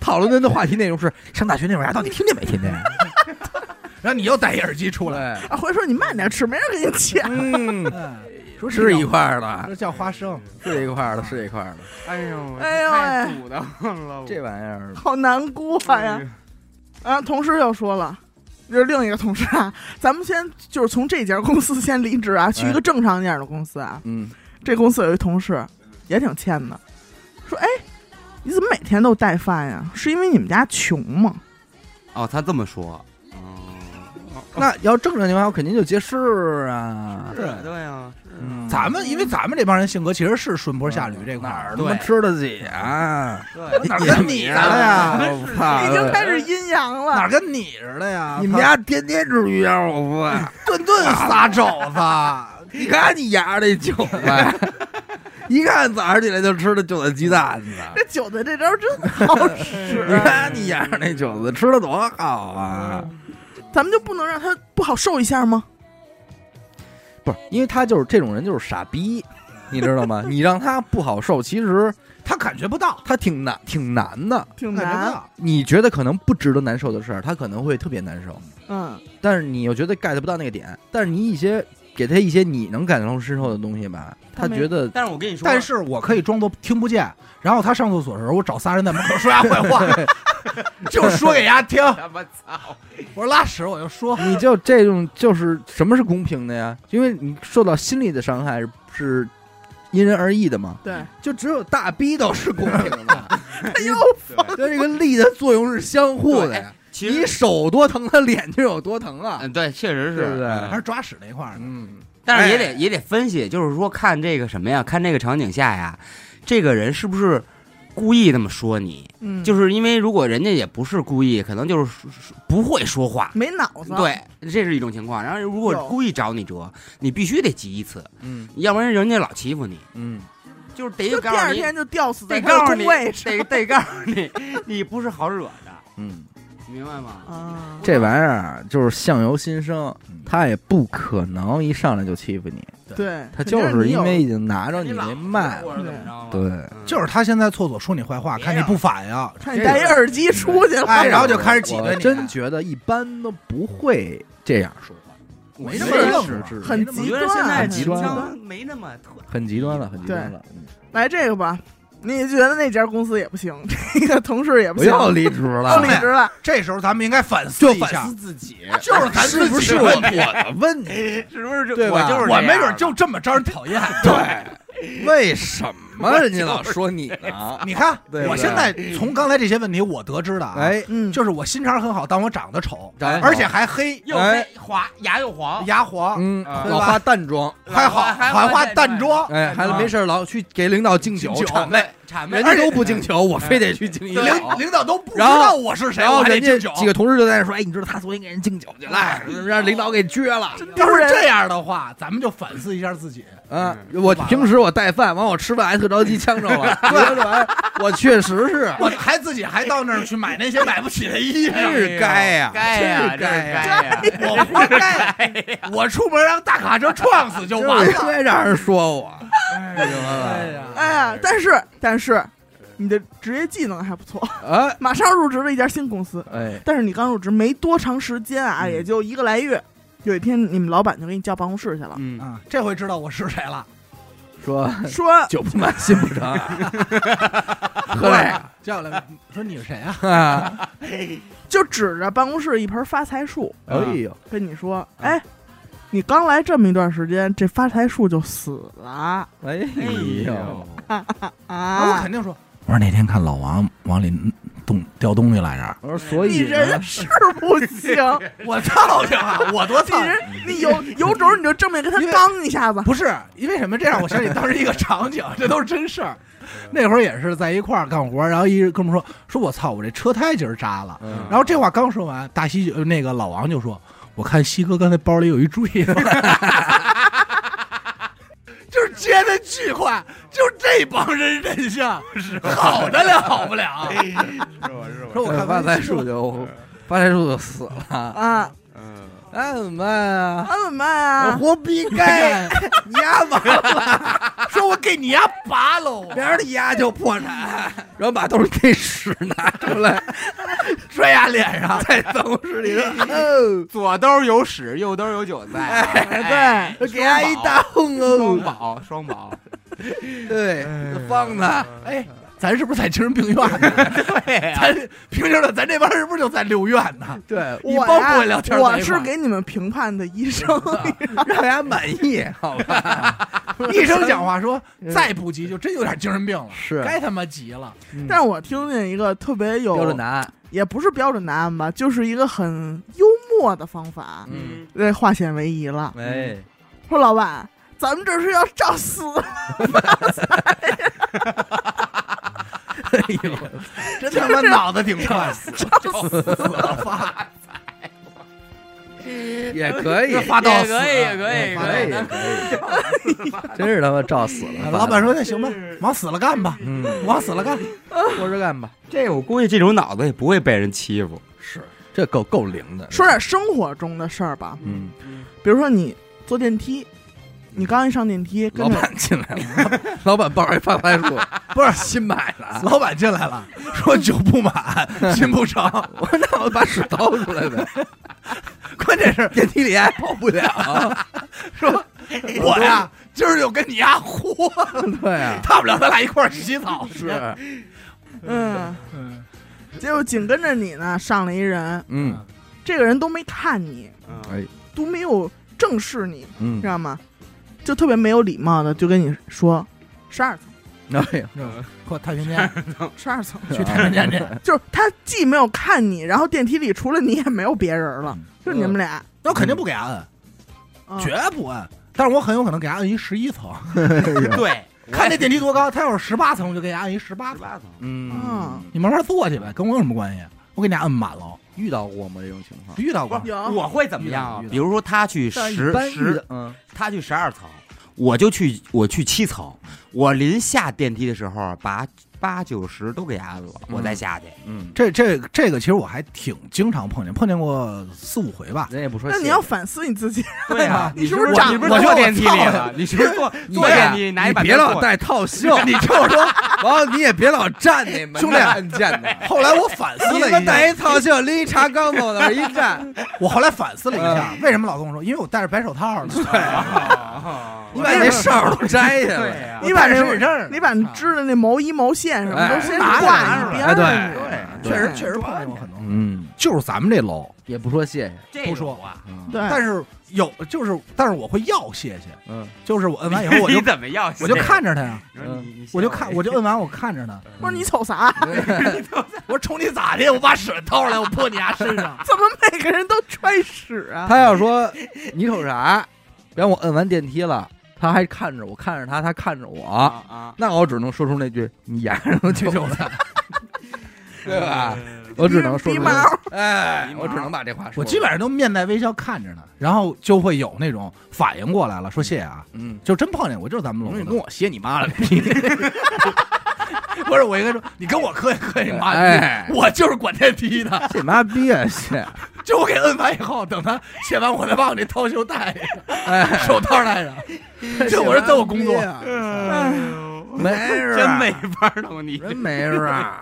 讨论的那话题内容是上大学那会儿啊丫到底听见没听见？然后你又戴一耳机出来，对，啊，回说你慢点吃，没人给你切。嗯，嗯，说是一块儿的，哎这叫花生，是一块儿的，是一块儿的，哎呦，哎呦太喂堵的了，这玩意儿好难过哎呀！啊，同事又说了，就是另一个同事啊，咱们先就是从这家公司先离职哎啊，去一个正常一点的公司啊。嗯，这公司有一同事也挺欠的，说：“哎，你怎么每天都带饭呀？是因为你们家穷吗哦，他这么说，哦那要正常情况下，我肯定就接是啊，是啊对呀，嗯咱们因为咱们这帮人性格其实是顺坡下驴这块哪儿，儿他对妈，吃得起啊？对，哪跟你似的呀？我啊怕？” 已经开始阴阳哪了。跟你似的呀？你们他家天天吃鱼香肉饭， 顿顿 撒肘子，你看你牙这韭菜，一看早上起来就吃的韭菜鸡蛋 呢。这韭菜这招真好 使，你看你牙那韭菜吃的多好啊！嗯咱们就不能让他不好受一下吗？不是，因为他就是这种人，就是傻逼，你知道吗？你让他不好受，其实他感觉不到，他挺难，挺难的。挺感觉不难，到。你觉得可能不值得难受的事儿，他可能会特别难受，嗯，但是你又觉得 get 不到那个点，但是你一些给他一些你能感同身受的东西吧，他他没觉 得但是我跟你说， 但是我可以装作听不见，然后他上厕所的时候，我找仨人在门口说他坏话， 就说给丫听。他妈操，我说拉屎我就说，你就这种就是什么是公平的呀？因为你受到心理的伤害是是因人而异的嘛，对，就只有大逼斗是公平 的，哎呦，就这个力的作用是相互的呀。哎其你实，手多疼，他脸就有多疼啊。嗯，对，确实是，对不对嗯还是抓屎那块儿呢。嗯，但是也哎得也得分析，就是说看这个什么呀，看这个场景下呀，这个人是不是故意那么说你？嗯，就是因为如果人家也不是故意，可能就是说说不会说话。没脑子，，对，这是一种情况。然后如果有故意找你辙，你必须得急一次，嗯要不然人家老欺负你。嗯，就是得就第告诉二你，天就吊死在得他的告诉工你，位上得得告诉你，你不是好惹的，嗯，明白吗？啊，这玩意儿啊就是相由心生，他也不可能一上来就欺负你，对，他就是因为已经拿着你那脉了。或者怎么啊着嘛？对嗯就是他先在厕所说你坏话，看你不反哎应，看你戴一耳机出去了，哎然后就开始挤兑我你真觉得一般都不会这样说话，没那我么觉得愣是是很我极觉端得，现在很极紧端张没那么特。很极端了，很极端了。嗯来这个吧，你觉得那家公司也不行，这个同事也不我行，要离职要了离，哎职了，这时候咱们应该反就思一反下思，自己， 就是 咱是自不己是的我问啊我题。的问题？ 是不是就对吧我就是这我样没准就这么招人讨厌。对，为什么 人家老说你 呢？你看，对对我现在从刚才这些问题我得知的啊，哎，嗯，就是我心肠很好，但我长得丑，长得丑而且还黑，又哎黑滑牙又黄，牙黄，嗯，啊老化淡妆，还好还还化淡妆，哎，孩子没事儿老去给领导敬酒敬酒谄媚，谄媚，哎人家都不敬酒，我非得去敬一哎领两。领导都不知然后道我是谁，然我后还得人家敬酒。几个同事就在那说：“哎，你知道他昨天给人敬酒去了，哎 让领导给撅了。要丢是人这样的话，咱们就反思一下自己。”啊，嗯我平时我带饭，完我吃饭还特着急呛着 了，你说这玩意儿，我确实是我还自己还到那儿去买那些买不起的衣服， 哎是该呀，该呀，是这该是呀，哎哎呀，我活该。我出门让大卡车撞死就就完是了。应该让人说我，哎哎呀，哎呀，但是但是你的职业技能还不错，哎马上入职了一家新公司，哎，但是你刚入职没多长时间啊，嗯也就一个来月，有一天你们老板就给你叫办公室去了，嗯，啊，这回知道我是谁了。说说 酒不满心不 常，喝来来呀，叫来说你是谁啊？啊！就指着办公室一盆发财树哎呦，跟你说，哎。你刚来这么一段时间，这发财树就死了哎哎呦呦，，那我啊！肯定说，我说那天看老王往里动掉东西来着。我说所你以人呢是不行，我操你妈！我多操你！人你有有种你就正面跟他因为刚一下子， 不是因为什么这让我想起当时一个场 景，这都是真事儿。那会儿也是在一块儿干活，然后一哥们说：“说我操，我这车胎今儿扎了。”嗯然后这话刚说完，大西就呃那个老王就说：“我看西哥刚才包里有一坠子。” 就是接的巨快，就这帮人人像，好得了好不了。哎是我是说我看发财西哥 树就八台柱就死了，啊，嗯，那怎么办啊？那怎么办 啊？活逼 该，你丫完了，说我给你丫 拔喽，明儿你丫就破 产，然后把都是那 屎拿出来，摔丫脸上。在办公室里说，哦，左兜有屎，右兜有韭菜，哎，对，给丫一大红双哦，宝双宝，对，放他，哎，咱是不是在精神病院呢？对哎呀，咱平时的咱这帮人是不是就在六院 呢？对，一我帮呀不会聊天儿在我一块是儿给你们评判的医生，让丫满意，好吧？医生讲话说，再不急就真有点精神病了，是该他妈急了。 但是我听见一个特别有标准答案，也不是标准答案吧，就是一个很幽默的方法，嗯，这化险为夷了。哎，说老板，咱们这是要照死， 哎呦，真他妈脑子挺 快，照死，也可以，发到也死可以，也可以，也可以，可以也可以， 真是他妈照死了。老板说：“那行吧，往死了干吧，嗯，往死了干。活着干吧。这我估计这种脑子也不会被人欺负。是，这够够灵的。说点生活中的事儿吧，嗯，比如说你坐电梯，你刚一上电梯，跟老着板进来 了，老板抱着一发财 树，不是新买”的。老板进来了，说酒不满，心不成。 我说那我把屎掏出来呗，关键是电梯里还跑不了。说，我呀，今儿就跟你丫活， 对啊呀，大不了咱俩一块儿洗澡去。是， 嗯，嗯，结果紧跟着你呢上来一人，嗯，这个人都没看你，嗯哎，都没有正视你，嗯知，道吗？就特别没有礼貌的就跟你说十二层，哎呀，啊或太平间十二层，去太平间去。就是他既没有看你，然后电梯里除了你也没有别人了，就你们俩，那我肯定不给他摁，嗯绝不摁。但是我很有可能给他摁一十一层，对，看那电梯多高，他要是十八层，我就给他摁一十八十层。八层，嗯嗯，你慢慢坐去呗，跟我有什么关系？啊我给你俩摁满了，遇到过吗？这种情况？遇到过。有我会怎么样啊遇到遇？到比如说他去但十一般遇十到，嗯，他去十二层，我就去我去七层，我临下电梯的时候把八九十都给按了，我再下去。嗯，这这这个其实我还挺经常碰见，碰见过四五回 吧。人也不说那谢。你要反思你自己，对 啊，你是不是我长你不是我就坐我电梯操里了？你是不是 坐你坐呀啊电梯拿一板你别凳老坐带套 袖，你听我说，完了你也别老站那门兄弟按键的。 后来我反思啊你他了一妈下，带一套袖，拎一茶缸往那儿一 站，我后来反思了一下，为什么老跟我说？因为我戴着白手套呢。 哦你把那哨都摘下对啊来。呀，你把戴着那手套呢你把你织的那毛衣毛线什么哎都先拿着拿挂着一边儿哎去，确实确实碰见过很多，嗯，就是咱们这楼，也不说谢谢。这不种说啊。嗯对，但是有就是，但是我会要谢谢，嗯，就是我摁完以后我就 你怎么样？我就看着他呀，你说你，你我就看我就摁完我看着他，不是你瞅啥？我说瞅你咋的，我把屎掏出来，我泼你丫身上。怎么每个人都穿屎啊？他要说你瞅啥，然后我摁完电梯了，他还看着我，看着他，他看着 啊我，啊，那我只能说出那句“你牙上去韭菜”，对吧？我只能说鼻出毛这，哎，我只能把这话说。我基本，上都面带微笑看着他，然后就会有那种反应过来了，说谢谢啊，嗯，就真碰见我，就是咱们我楼说的。你跟我歇你妈了， 不是我应该说，你跟我客气客气妈逼，哎我就是管电梯的，谢妈逼啊， 谢，就我给摁完以后，等他卸完，我再把我那套袖戴上，哎，手套戴 上。这我是都有工作谢妈逼啊没啊事儿， 真没法弄你。真没事儿，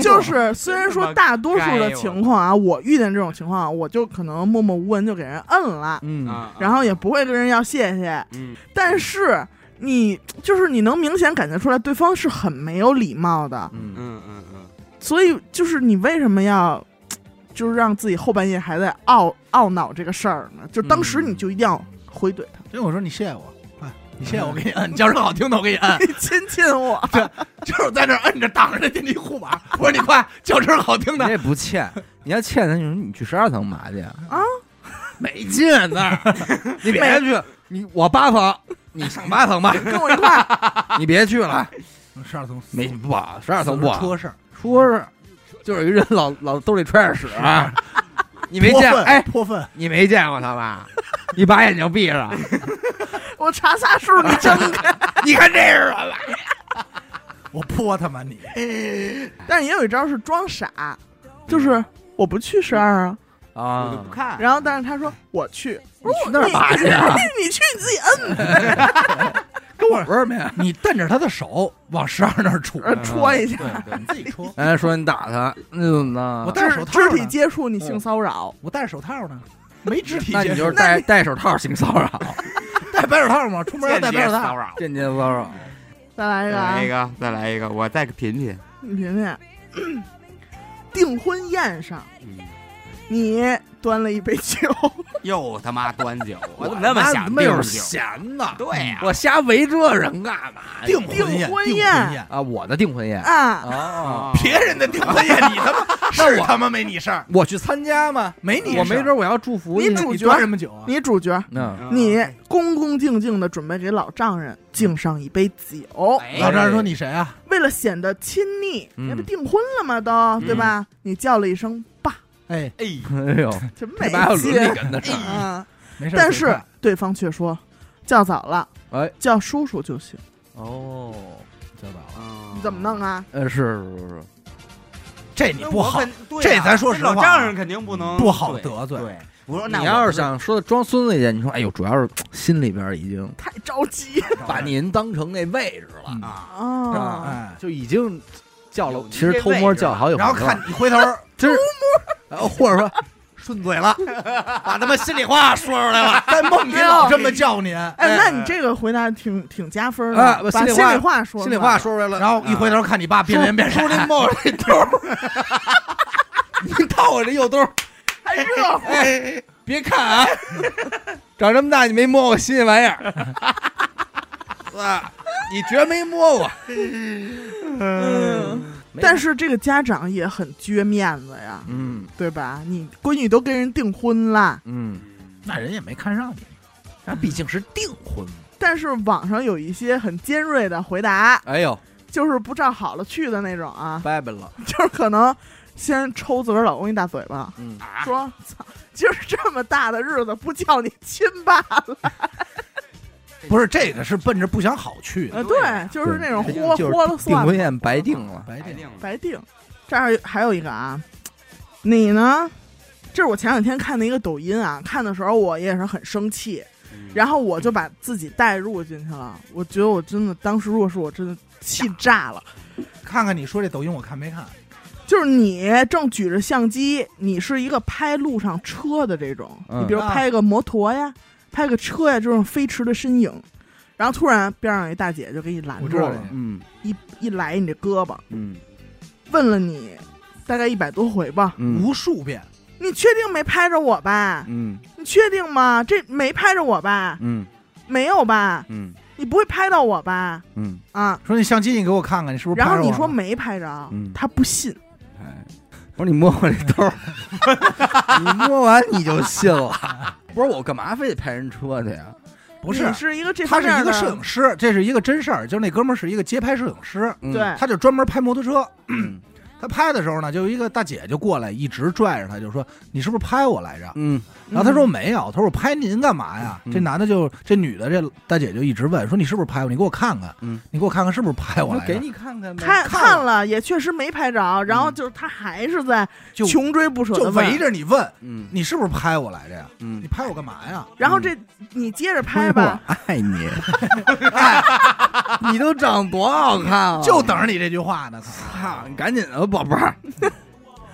就是虽然说大多数的该我情况啊，我遇见这种情况啊，我就可能默默无闻就给人摁了，嗯，啊然后也不会跟人要谢谢，嗯，但是你就是你能明显感觉出来对方是很没有礼貌的，嗯，嗯嗯嗯，所以就是你为什么要？就是让自己后半夜还在懊懊恼这个事儿呢，就当时你就一定要回怼他，所以我说你谢谢我，哎，你谢谢我给你摁，你叫声好听的我给你摁，你亲亲我， 就是在那儿摁着挡着那电梯护板。我说你快叫声好听你的，也不欠，你要欠他，你说你去十二层嘛去啊？啊，没劲那儿， 你别去，你我八层，你上八层吧，跟我一块儿， 你别去了，十二层没不好，十二层不好，车事儿，说是就是有一人老老兜里揣着屎啊，你没泼 见，粪哎，泼粪，你没见过他吧？你把眼睛闭 上，我查仨数，你睁开。你看这是什么？我泼他妈你！嗯但是也有一招是装傻，就是我不去十二啊。啊，我就不看。然后，但是他说我去，我去说那儿我你拔去啊 你去你自己摁跟我玩什么呀？你蹬着他的手往十二那儿杵，嗯呃戳一下。对对，你自己戳。哎，说你打他，那怎么我呢？戴着肢手套肢体呢，接触你性骚扰，嗯我戴着手套呢，没肢体那接你就触是，戴戴手套性骚扰，戴白手套嘛，出门要戴白手骚套。扰。间接骚扰。再来再一个啊来一，个，再来一个，我再品品。你品品。 订婚宴上，嗯你端了一杯 酒，又他妈端酒，我怎么那那么想没订有酒？闲的，对呀，我瞎围这人干嘛呀？订订婚宴，订婚婚宴宴，啊，我的订婚宴 啊，啊，啊别人的订婚宴，你他 妈是他妈没你事儿，我去参加嘛，没你事儿，我没准我要祝福你呢主你角端什么酒啊？你主角，嗯，你恭恭敬敬的准备给老丈人敬上一杯酒，哎老丈人说你谁啊？为了显得亲昵，嗯那不订婚了吗？都对吧？你叫了一声爸，哎，哎， 哎呦，真没这还有伦理劲跟得上。啊！没事儿。但随便是对方却说叫早了，哎，叫叔叔就行。哦，知道吧你怎么弄啊？啊？呃，是是是，这你那不嗯我好肯，，对这呀咱说实老话啊丈人肯定不能不好哦对得罪对，我说那你我要是想说装孙子去，你说哎呦，主要是心里边已经太着 急把您当成那位置了，嗯啊，嗯啊！哎，就已经叫了有，其实偷摸叫好几回然了后看你回头真是，然后或者说顺嘴了， 把他妈心里话说出来了，在梦里老这么叫您，哎，那你这个回答挺挺加分啊的，把心里心话里话说，心里话，说出来了，然后一回头看你爸变脸变出脸，这帽这兜 儿，你套我这右 兜儿，还热乎。哎，别看 啊，长这么大你没摸过新鲜玩意 儿，啊，你绝没摸过，嗯，没但是这个家长也很撅面子呀，嗯对吧？你闺女都跟人订婚了，嗯，那人也没看上你，那毕竟是订婚嘛，但是网上有一些很尖锐的回答，哎呦，就是不照好了去的那种啊， 拜拜了，就是可能先抽自个儿老公一大嘴巴，嗯，说：“操，今儿这么大的日子，不叫你亲爸 了。不是这个是奔着不想好去”的，呃，对对，就是那种对豁哎就是豁了订算婚了，宴白定了，白白定定了白定。这儿还有一个啊，你呢？这是我前两天看的一个抖音啊，看的时候我也是很生气，嗯然后我就把自己带入进去了。我觉得我真的当时，如果是我真的气炸了。看看你说这抖音我看没看？就是你正举着相机，你是一个拍路上车的这种，嗯你比如拍个摩托呀，拍个车呀，这种飞驰的身影，然后突然边上有一大姐就给你拦我住知道了这，嗯一一来你这胳膊，嗯问了你大概一百多回吧，嗯无数遍，你确定没拍着我吧？嗯你确定吗？这没拍着我吧？嗯没有吧？嗯你不会拍到我吧？嗯，啊，说你相机你给我看看，你是不是？然后你说，没拍着嗯，他不信，哎，我说你摸我这兜儿，你摸完你就信了，不是我干嘛非得拍人车去啊呀？不你是，啊是一个这他方是面一个的嗯摄影师，这是一个真事儿，就是那哥们儿是一个街拍摄影师，嗯对他就专门拍摩托车。嗯 他拍的时候呢，就有一个大姐就过来，一直拽着他，就说：“你是不是拍我来着？”嗯然后他说：“没有。”他说：“我拍您干嘛呀？”嗯这男的就这女的这大姐就一直问说：“你是不是拍我？你给我看看，嗯你给我看看是不是拍我我来着给你看看呗，看看看了嗯了，也确实没拍着，然后就是他还是在就穷追不舍就的围。着你问嗯你是不是拍我来着呀？你嗯，拍我干嘛呀？然后这你接着 拍吧，我爱你，你都长多好看啊！就等着你这句话呢。操，你赶紧的，宝贝儿，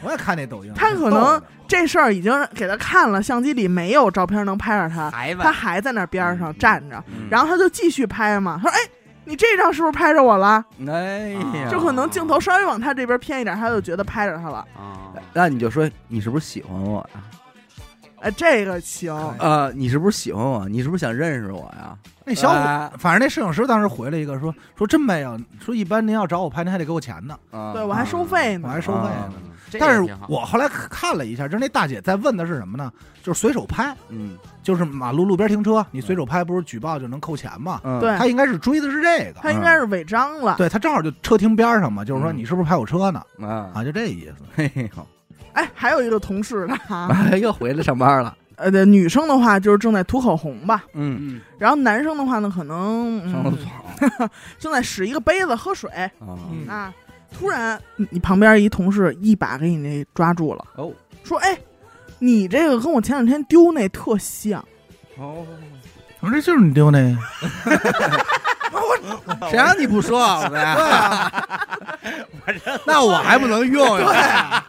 我也看那抖音，他可挺逗能的这事儿已经给他看了，相机里没有照片能拍着他，还他问还在那边上站着，嗯然后他就继续拍嘛。他说：“哎，你这张是不是拍着我了？”哎呀，就啊可能镜头稍微往他这边偏一点，他就觉得拍着他了。啊，那你就说你是不是喜欢我呀？哎，这个行，呃，你是不是喜欢我？你是不是想认识我呀？那小哎伙，反正那摄影师当时回了一个说说真没有，说一般您要找我拍，您还得给我钱呢，啊，对我还收费我呢。还收费啊呢。这但也是挺好我后来看了一下，就是那大姐在问的是什么呢？就是随手拍，嗯就是马路路边停车，你随手拍不是举报就能扣钱吗？嗯，对她应该是追的是这他个，应该是违章了。嗯对她正好就车停边上嘛，就是说嗯你是不是拍我车呢？啊，啊，就这意思。嘿嘿，好，哎，还有一个同事呢，哎哈啊又回来上班了，呃，对女生的话就是正在涂口红吧，嗯，嗯然后男生的话呢，可能、上厕嗯、所正在使一个杯子喝水啊，嗯啊，突然你你旁边一同事一把给你那抓住了，哦，说：“哎，你这个跟我前两天丢那特像。哦，我说这就是你丢那个，谁让你不说啊我的呀？那我还不能用啊呀？啊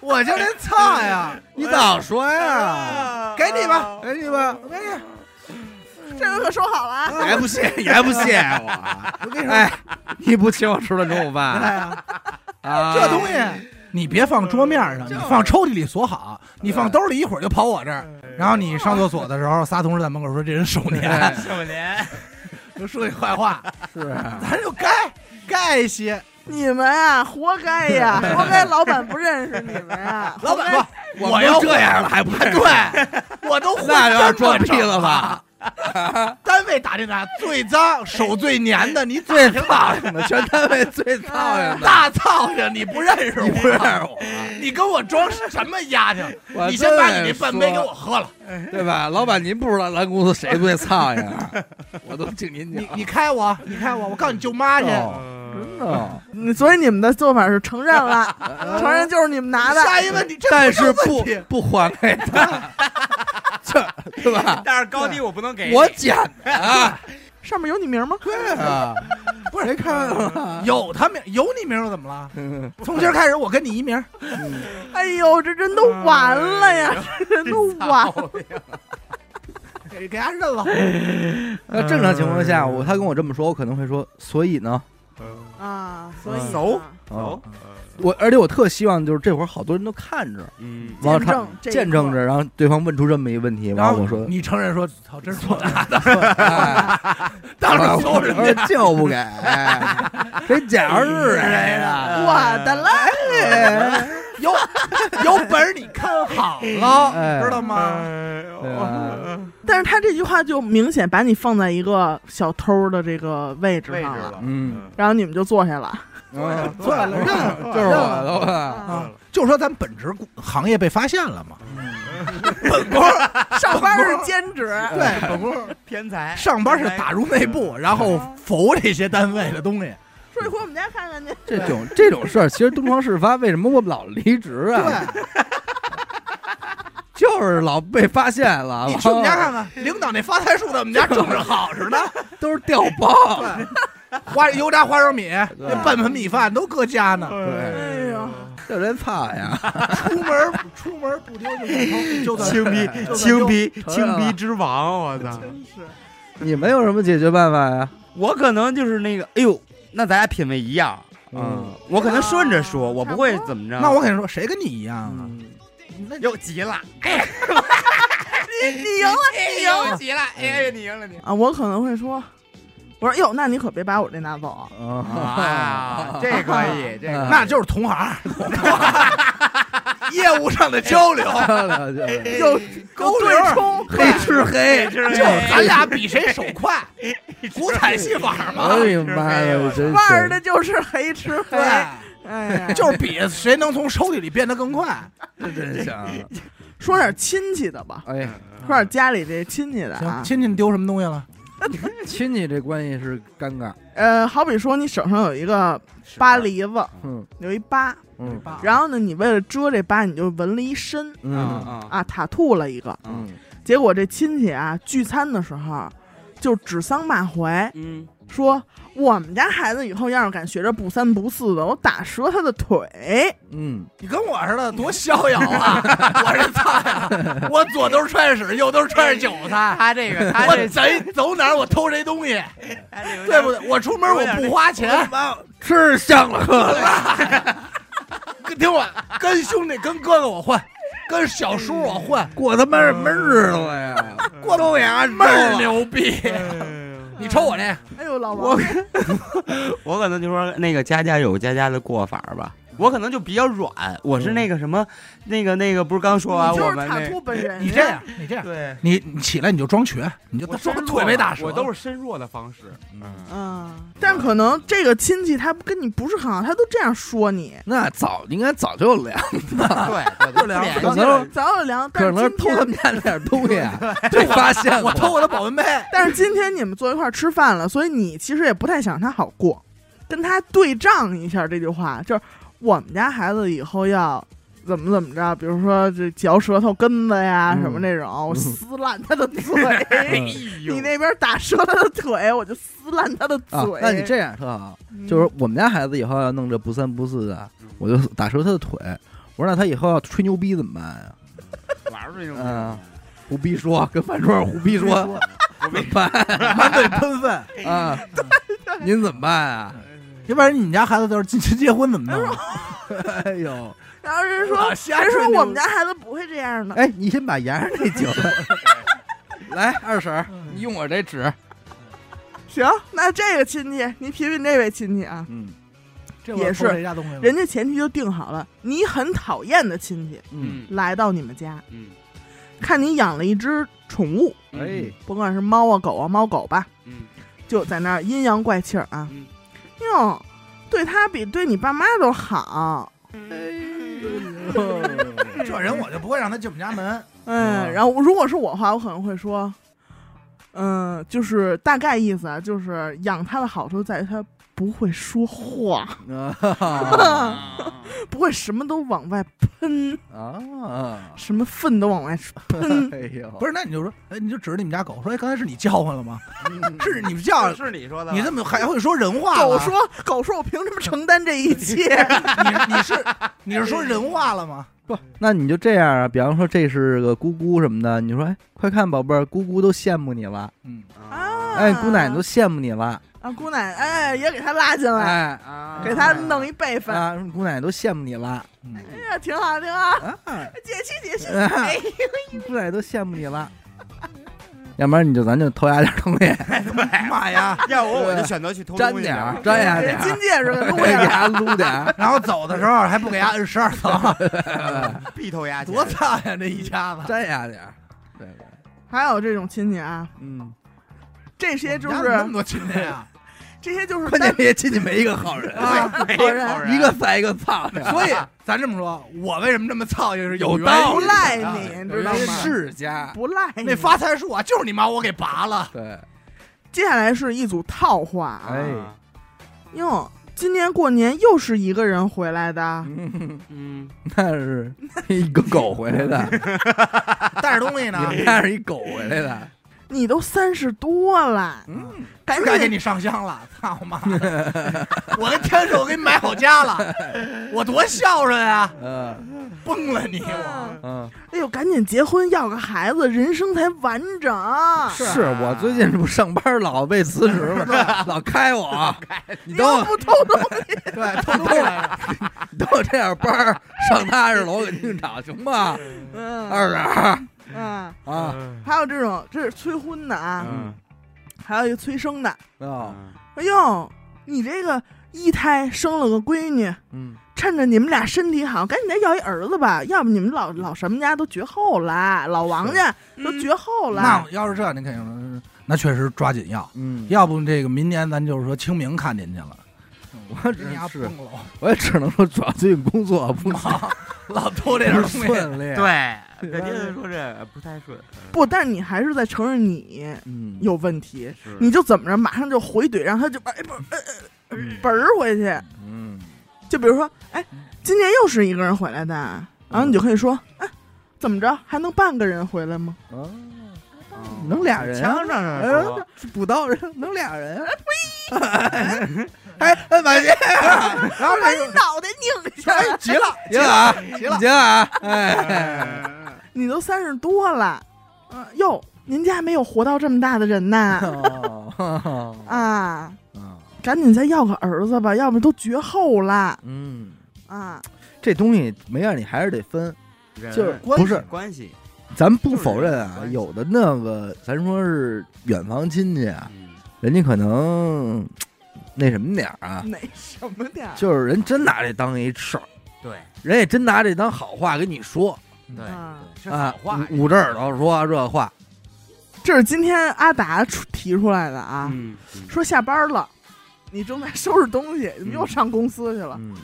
我就那操呀，你早说哎呀！哦给你吧，给你吧，”这回可收好了啊，你还不谢，你还不谢我？我跟你说，哎，你不请我吃顿中午饭呀，啊？这东西哎你别放桌面上，你放抽屉里锁好，你放兜里一会儿就跑我这儿。然后你上厕所的时候，仨同事在门口说这人手哎黏，少年，就说你坏话，是咱就该该一些。你们啊，活该呀，活该老板不认识你们啊， 老板说，我要这样了还不认识对，我都混那有点这装么逼了 吧？长？ 单位打听打听，最脏、手最粘的，你最最操心的，全单位 最操心的。大操性，你不认识我，你不认识我，你跟我装什么丫头？我你先把你那真半杯给说我喝了。对吧？老板，您不知道咱公司谁最操心啊，我都敬您你讲。你开我，你开我，我告诉你舅妈去。哦真的，嗯所以你们的做法是承认了，承认就是你们拿的。下一问题，这但是不不问题不还给他，这 对吧？但是高低我不能给你我捡的啊，上面有你名吗？对啊，不是谁 看了？啊有他名，有你名儿怎么了？嗯从今儿开始我跟你一名儿，哎呦，这人都完了呀，这人都完了。给给他认了。 那正常情况下，我他跟我这么说，我可能会说，所以呢，哦啊，所以呢熟哦啊，我而且我特希望就是这会儿好多人都看着，嗯，然后啊见他证这一刻见证着，然后对方问出这么一问题，然后我说，你承认说，操，真是我的，哎 当着所有 人面。就不给，哎谁假日哎哎谁的？我的了， 有有本事你看好哎了，知道吗？对啊 吧但是他这句话就明显把你放在一个小偷的这个位置位置上了，了，嗯，然后你们就坐下了。嗯算了，认了，就是我的吧？啊，就说咱本职行业被发现了嘛。上班是兼职， 对，本工天哎才 上班是打入内部，然后否这些单位的东啊西。说你回我们家看看去。这种这种事儿，其实东窗事发，为什么我们老离职啊？对， 就是老被发现了，你去我们家看看，领导那发财树在我们家种着好着呢，都是掉包，花油炸花生米，对那半盆米饭都搁家呢。对，哎呦，就人怕呀，出门出门不丢 就算偷就算青逼就算青逼承认青了逼之王，我操！你们有什么解决办法呀？ 我可能就是那个，哎呦，那咱俩品味一样，嗯，我可能顺着说，我不会差不多怎么着。那我肯定说，谁跟你一样啊？又急 了，你赢了，你赢了急了，哎呀，你赢了你。啊！我可能会说，我说哟，那你可别把我这拿走啊。啊，这可 以，这啊嗯个哎 那就是同行， 业务上的交流， 有沟流对冲，黑吃黑，就是就咱 俩比谁手快，五彩戏法嘛我，的哎妈呀，我真腕儿是的就是黑吃黑对。，哎呀，就是比谁能从抽屉里变得更快。这真香，说点亲戚的吧，哎啊 呀，说点家里这亲戚的啊行，。亲戚丢什么东西了？亲戚这关系是尴尬，呃，好比说你手上有一个巴疤梨子，嗯有一疤，嗯啊然后呢，你为了遮这疤，你就纹了一身嗯啊啊啊，塔兔了一个。嗯嗯，结果这亲戚啊，聚餐的时候就指桑骂槐，嗯，说我们家孩子以后要是敢学着不三不四的，我打折他的腿。嗯，你跟我似的，多逍遥 啊！我这操呀！我左兜揣屎，右兜揣着韭菜。他这个他我这贼走哪儿我偷谁东西，对不？对？我出门我不花钱，吃香了喝了， 跟听我跟兄弟跟哥哥我混，跟小叔我混，过他妈什么日子呀？过都牙倍儿牛逼！ 你抽我这个，哎呦，老王，我可能就说那个家家有家家的过法吧。我可能就比较软，我是那个什么，那个那个不是刚啊说完你就我是们塔那兔本人。你这样，你这样，对，你你起来你就装瘸，你就我装身弱腿被打折，我都是身弱的方式。嗯，嗯，但可能这个亲戚他跟你不是很好，他都这样说你，那早应该早就凉，对，就两可能早有良，但可是能啊今偷天他们家那点东西啊， 就发现了我偷我的保温杯， 但是今天你们坐一块儿吃饭了，所以你其实也不太想让他好过，跟他对仗一下这句话，就是我们家孩子以后要怎么怎么着，比如说这嚼舌头根子呀、嗯什么那种，我嗯哎撕烂他的嘴。 呦 你那边打折他的腿，我就撕烂他的嘴。嗯啊，那你这样特好，就是我们家孩子以后要弄这不三不四的，嗯我就打折他的腿。我说那他以后要吹牛逼怎么办呀？玩儿这种嗯，胡逼说，跟饭桌上胡逼说，怎么办满嘴喷粪。啊？您怎么办啊？要不然你们家孩子都是进去结婚怎么弄？啊哎呦，然后人说，啊老瞎人吹说牛我们家孩子不会这样的。哎，你先把牙上那酒， 来二婶儿，你用我这纸，行，那这个亲戚，你品品这位亲戚啊，嗯这我也是偷谁家东西了人家前提就定好了，你很讨厌的亲戚嗯，来到你们家，嗯，看你养了一只宠物，哎，甭管是猫啊狗啊猫狗吧，嗯，就在那儿阴阳怪气儿啊嗯，哟，对他比对你爸妈都好，嗯这人我就不会让他进我们家门。嗯，然后如果是我的话，我可能会说，嗯，就是大概意思啊，就是养它的好处在于它不会说话，啊 不会什么都往外喷，啊，，什么粪都往外喷哎呦，不是，是，那你就说，哎，你就指着你们家狗说，哎，刚才是你叫唤了吗？嗯是你们叫，是你说的吧，你怎么还会说人啊话狗了？说狗说我凭什么承担这一切？ 你你是你是说人话了吗？不，那你就这样啊，比方说这是个姑姑什么的，你说，哎，快看宝贝儿，姑姑都羡慕你了，嗯，啊哎，姑奶奶都羡慕你了，啊，姑奶，哎，也给他拉进来，哎啊给他弄一辈分。啊，姑奶奶都羡慕你了，哎呀，挺好，挺好，啊，解气解气。啊哎，姑奶奶都羡慕你了，要不然你就咱就偷丫点东西，妈呀！要我我就选择去偷沾东西点儿去，沾丫点人金儿，戒指给撸给下来，丫撸点儿，然后走的时候还不给家摁十二层，必偷鸭去，多操呀！这一家子，沾丫点儿，对对，还有这种亲戚啊，嗯，这些就我们家怎么那是么多亲戚啊！这些就是关单键这些亲戚没一个好人， 啊，没好有人哎人一个赛一个操，所以咱这么说，我为什么这么操，就是 有有啊道不理赖的啊你，知道人吗？世家，不赖你那发财树啊，就是你妈我给拔了。 对，接下来是一组套话啊，哎啊哟，今年过年又是一个人回来的，嗯，那 是一个狗回来的，带着东西你呢，们家是一狗回来的，你都三十多了，嗯，赶赶紧紧你上香了，操妈的！我跟天使，我给你买好家了，我多孝顺啊！嗯崩了你我，嗯嗯，哎呦，赶紧结婚要个孩子，人生才完整。是啊是我最近这不上班老被辞职了，老开我，你你等要我不偷偷对，偷东西来着，你等我这点班儿上他这楼给定场行 吗？嗯二婶儿嗯，啊还有这种这是催婚的啊，嗯还有一个催生的。啊哎呦，你这个一胎生了个闺女，嗯趁着你们俩身体好，赶紧再要一儿子吧，要不你们老老什么家都绝后了，老王家都绝后 那了。要是这样，您肯定是，那确实抓紧要，嗯，要不这个明年咱就是说清明看进去了。我只人家是崩了，我也只能说主要最近工作不 老偷这点不东西，顺利，，对，肯定说这不太顺，不，但是你还是在承认你嗯，有问题，是你就怎么着，马上就回怼，让他就哎不呃呃嘣儿回去。嗯就比如说，哎，今年又是一个人回来的，然后你就可以说，哎，怎么着还能半个人回来 吗？啊，嗯能俩人啊强上上哎说，这补刀人能俩人，啊 哎哎，马杰，然后把你脑袋拧一下，哎，急 了，杰啊，杰了啊，哎，你都三十多了，嗯、哟，您家没有活到这么大的人啊呐， 哦啊，啊，赶紧再要个儿子吧，要不都绝后了嗯，啊。这东西没让你还是得分，人就是不是关系，咱不否认啊就是，有的那个咱说是远房亲戚啊，嗯人家可能那什么点儿啊，哪什么点儿？就是人真拿这当一事儿，对人也真拿这当好话跟你说对啊，哎是好啊，话，捂捂着耳朵说这话，这是今天阿达出提出来的啊，嗯，说下班了，你正在收拾东西，怎么又上公司去了？嗯，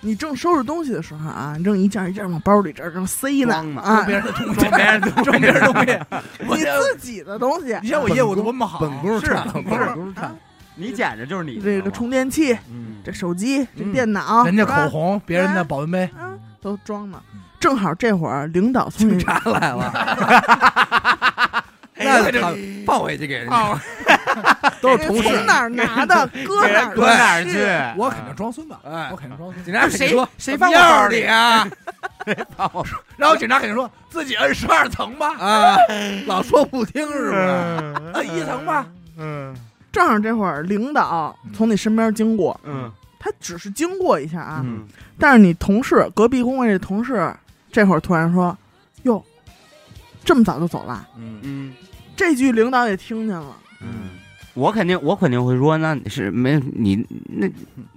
你正收拾东西的时候啊，你正一件一件往包里这儿正塞装呢嘛啊，别人的东西，哎 别人的东西，别人的东西，我你自己的东西，你像我业务多么好，本宫是唱，本不宫是不是唱，你捡着就是你这个充电器、嗯这手机、这嗯电脑，人家是吧口红，别人的保温杯，啊，都装呢嗯。正好这会儿领导从你查来了，哎那那哦就他放回去给人家，都是同事，从哪儿拿的，搁哪儿搁哪儿去？我肯定装孙子，哎我肯定装孙子。警察谁说谁放放我我包包里里啊？ 然后警察肯定说自己摁十二层吧，啊，嗯老说不听 是不是？摁一层吧，嗯正好这会儿领导从你身边经过，嗯他只是经过一下啊，嗯但是你同事隔壁工位这同事这会儿突然说：“哟，这么早就走了嗯嗯？”这句领导也听见了，嗯，我肯定我肯定会说，那你是没有你那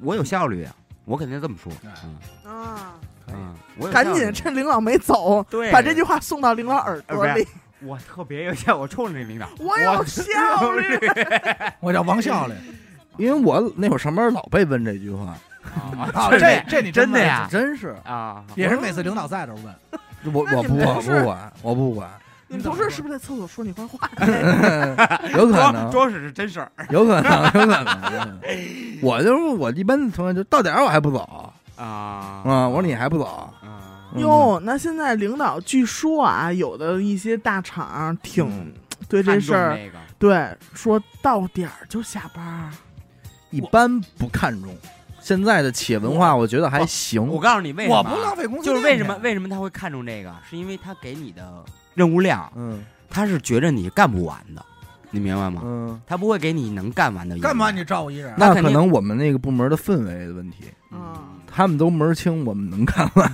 我有效率啊，我肯定这么说。嗯啊，可以嗯，我有效赶率紧趁领导没走，对把这句话送到领导耳朵里。我特别有效，我冲着那领导，我有效率，我叫王笑嘞。因为我那会儿上班老被问这句话，啊，真的这呀这你真的问呀真是啊，也是每次领导在这儿问，我那我你不们我同不事管我不管，你们同事是不是在厕所说你坏话？有可装能啊装死是真事儿有可能有可能。我就是我一般同学就到点儿我还不走啊啊，我说你还不走，啊，嗯哟，那现在领导据说啊，有的一些大厂挺、嗯对这事儿，看重对说到点儿就下班儿，一般不看重。现在的企业文化，我觉得还行这个，我告诉你为什么我啊，不浪费工资就量去，是为什么为什么他会看重这个，是因为他给你的任务量，嗯他是觉着你干不完的，你明白吗？嗯，他不会给你能干完的任务。干嘛你照顾一人？那那可肯定能我们那个部门的氛围的问题， 嗯，他们都门儿清，我们能看完。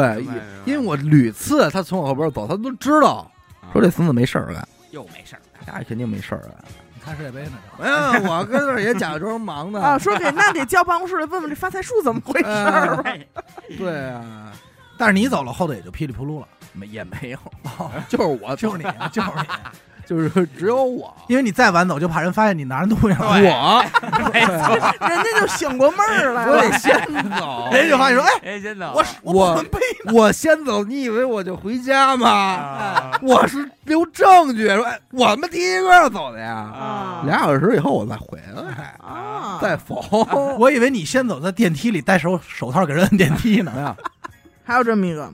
明白因哎因为我屡次他从我后边走，他都知道说这孙子没事儿干，啊又没事儿，他肯定没事儿干。你看世界杯呢？没有，我跟这儿也假装忙嗯 呢啊，说给那给叫办公室来问问这发财树怎么回事儿吧。哎对啊，但是你走了，后头也就噼里扑噜了，没也没有， 就是我，就是你，啊就是你， 就是 只有我，因为你再晚走，就怕人发现你拿人东西了，我嗯人家就醒过闷儿来我了得。先走， 人家就发现说，哎，哎，真的，我我我不能背我先走，你以为我就回家吗？啊我是留证据，说哎我们第一个要走的呀，啊俩小时以后我再回来，啊，再缝。 我以为你先走，在电梯里戴手手套给人摁电梯呢。还有这么一个，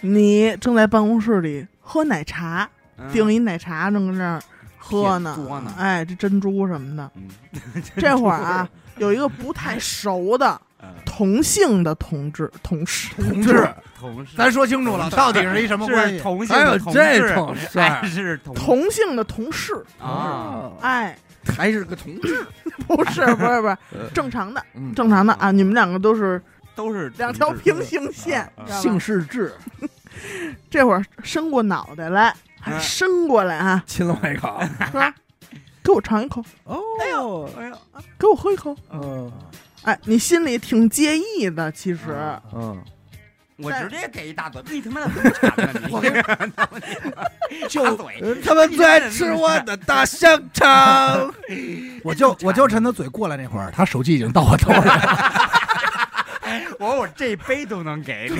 你正在办公室里喝奶茶，订一奶茶正跟那儿喝呢舔嘬嗯呢，哎，这珍珠什么的。嗯 这会儿啊，有一个不太熟的嗯同性的同志 同事，同志，同事，咱说清楚了，到底是一什么关啊是系？同性 还有的同事，这种事儿哎还是同同性的同事，啊，哎，还是个同志，不是不是不是，正常的嗯正常的啊，你们两个都是都是两条同志平行线，知道姓吧？氏志，这会儿伸过脑袋来，还嗯伸过来啊，亲了我一口。说给我尝一口，啊哦，哎呦，给我喝一口，嗯哎，你心里挺介意的，其实。嗯嗯，我但直接给一大嘴，啊你他 妈的多馋啊你！我跟你就嘴， 他们最爱吃我的大香肠。我就我就趁他嘴过来那会儿，他手机已经到我兜 里了。我说我这杯都能给你，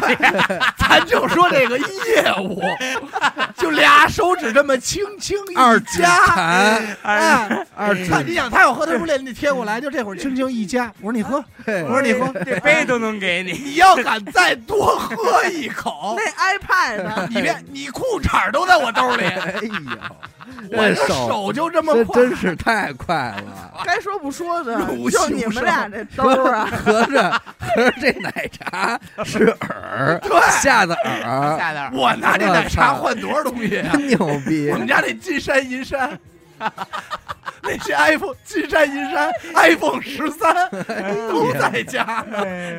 咱就说这个业务，就俩手指这么轻轻一二指夹，禅，哎，二指他你想他要喝，他不练那贴 过来，就这会儿轻轻一夹。我说你喝，我说你 喝，这杯都能给你， 你要敢再多喝一 口，那 iPad 你连你裤衩都在我 兜里，哎呦，我 这手这手就这么这快，真是太快 了。该说不说的，入就侵你无们声俩这兜 儿啊，合着合着这奶茶是饵，下的饵，下点儿我拿这奶茶换多少东西啊？真牛逼我！们家那金山银山， 那些 iPhone 金山银 山 iPhone 十三都在家，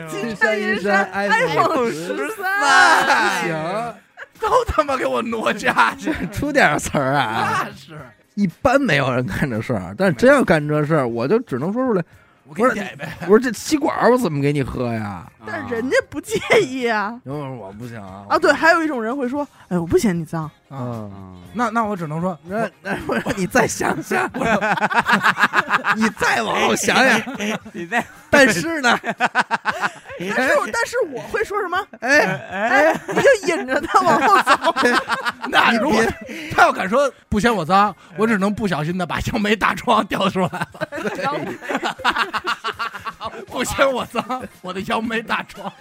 金山银山，iPhone 十三，哎，行，都他妈给我挪家去，出点词儿啊！ 那是。一般没有人干这事儿，但是真要干这事儿，我就只能说出来。我给不是你点呗，我说这吸管儿我怎么给你喝呀？啊但是 人家不介意啊。然后我说我不行啊啊，对，，还有一种人会说，哎，我不嫌你脏，嗯，啊那那我只能说，那那我说你再想想， 你再往后想想，你在但是呢，但是我但是我会说什么？哎，哎，你就引着他往后走，那如果 他要敢说不嫌我脏，我只能不小心的把杨梅大壮掉出来了。然后 不嫌我脏，我的杨梅大壮。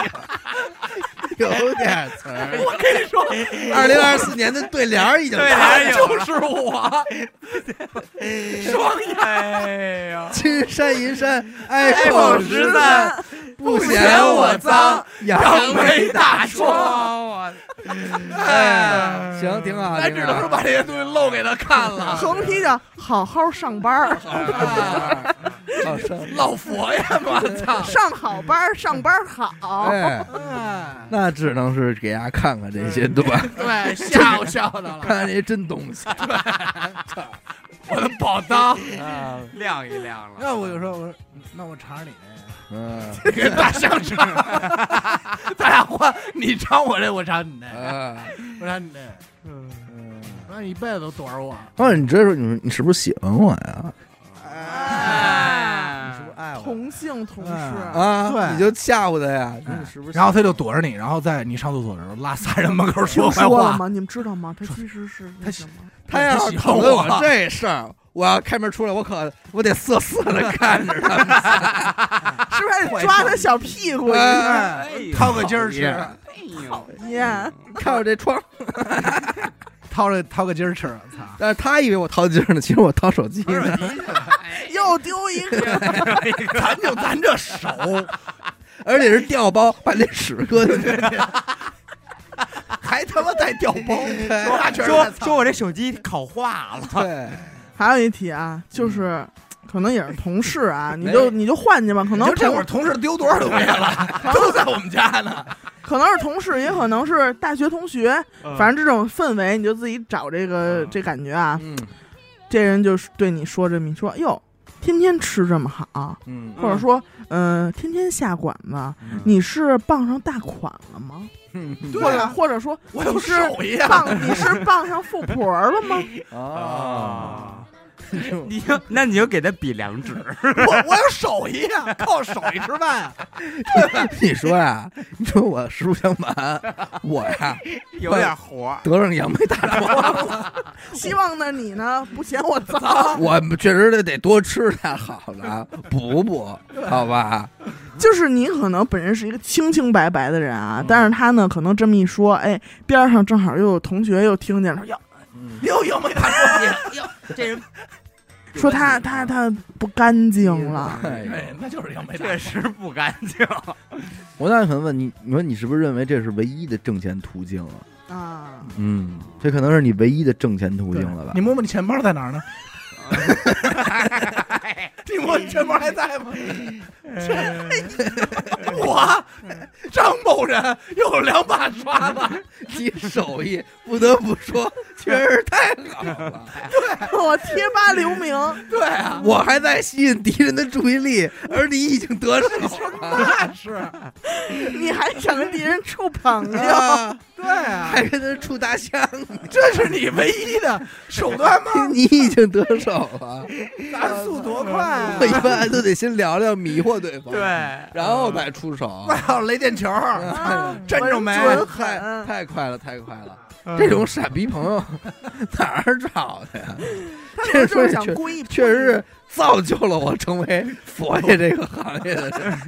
有点词儿。我跟你说， 二零二四年的对联儿已经对到联了儿他就是 我，双眼哎 呀，金山银山 iPhone 十十三三不嫌我脏，扬扬眉眉大大双。双我哎，行，挺好，咱挺只能好是。把这些东西露给他看 了，横批叫“好好上班儿，哎好上 老佛爷嘛，操！上好班儿，上班儿好 哎，那只能是给大家看看这些， 对吧？对，吓唬吓唬他了，看看这些真东西。我的宝藏，亮一亮了。那我就说，我说那我查查你那个，嗯给大象 吃，咱俩换，你尝我这，我尝你那，啊， 我查你那个，嗯那一辈子都躲着我，或者哦你直接说，你说你是不是喜欢我呀？”。哎，你是不是爱我？同性同事，啊，对你就吓唬他呀，哎你是不是？然后他就躲着你，然后在你上厕所的时候拉仨人门口说坏说了话。吗？你们知道吗？他其实是那什么？他要他是喜欢讨我论我这事儿，我要开门出来，我可我得瑟瑟 的看着他们。是不是还得抓他小屁股一下？哎掏个筋儿吃，哎耶，啊看我这窗，掏着掏个筋儿吃，操！但是他以为我掏筋儿呢，其实我掏手机呢。又丢一个， 咱就咱这手，而且是调包，把那屎搁 进去。还他妈带掉包，说话全是说说我这手机烤化了，对，还有一题啊，就是可能也是同事啊，你就你就换去吧，可你能就这同会儿同事丢多少东西 了，都在我们家呢。可能是同事，也可能是大学同学，嗯嗯反正这种氛围你就自己找这个这感觉啊。嗯这人就是对你说这么一说，哟，天天吃这么好，嗯或者说，嗯，天天下馆子，嗯你是傍上大款了吗？对或者啊或者说我有你是手艺啊，哎傍你是傍上富婆了 吗？嗯 啊，哦你就那你就给他比两指，我我有手艺啊，靠手艺吃饭啊。 你说呀，你说我实不相瞒，我呀有点活 儿。得上杨梅大 疮了，希望呢你呢不嫌我脏，我确实得得多吃点好的，补补，好 吧？就是你可能本人是一个清清白白的人嗯啊，但是他呢可能这么一说，哎，边上正好又有同学又听见了，哟，嗯你有有没有？哟，这人说他啊他他不干净了，哎呦哎，那就是杨梅大确实不干净。我那可能问你，你说你是不是认为这是唯一的挣钱途径啊？啊，嗯，这可能是你唯一的挣钱途对径了吧你？摸摸你钱包在哪儿呢？你摸你钱包还在吗？我张某人又有两把刷子，你手艺不得不说确实太好了， 我贴吧留名，对啊，我还在吸引敌人的注意力，而你已经得手了，你还想跟敌人处 朋友？啊对啊，还跟他处大象，这是你唯一的手段吗？ 你已经得手了。咱速多快啊我！一般都得先聊聊，迷惑对方，对，，然后再出手。我要雷电球，啊真着没稳准太狠太快了，太快了！嗯这种傻逼朋友 哪儿找 的呀？他可这说能就是确想故意确实是造就了我成为佛爷这个行业的人，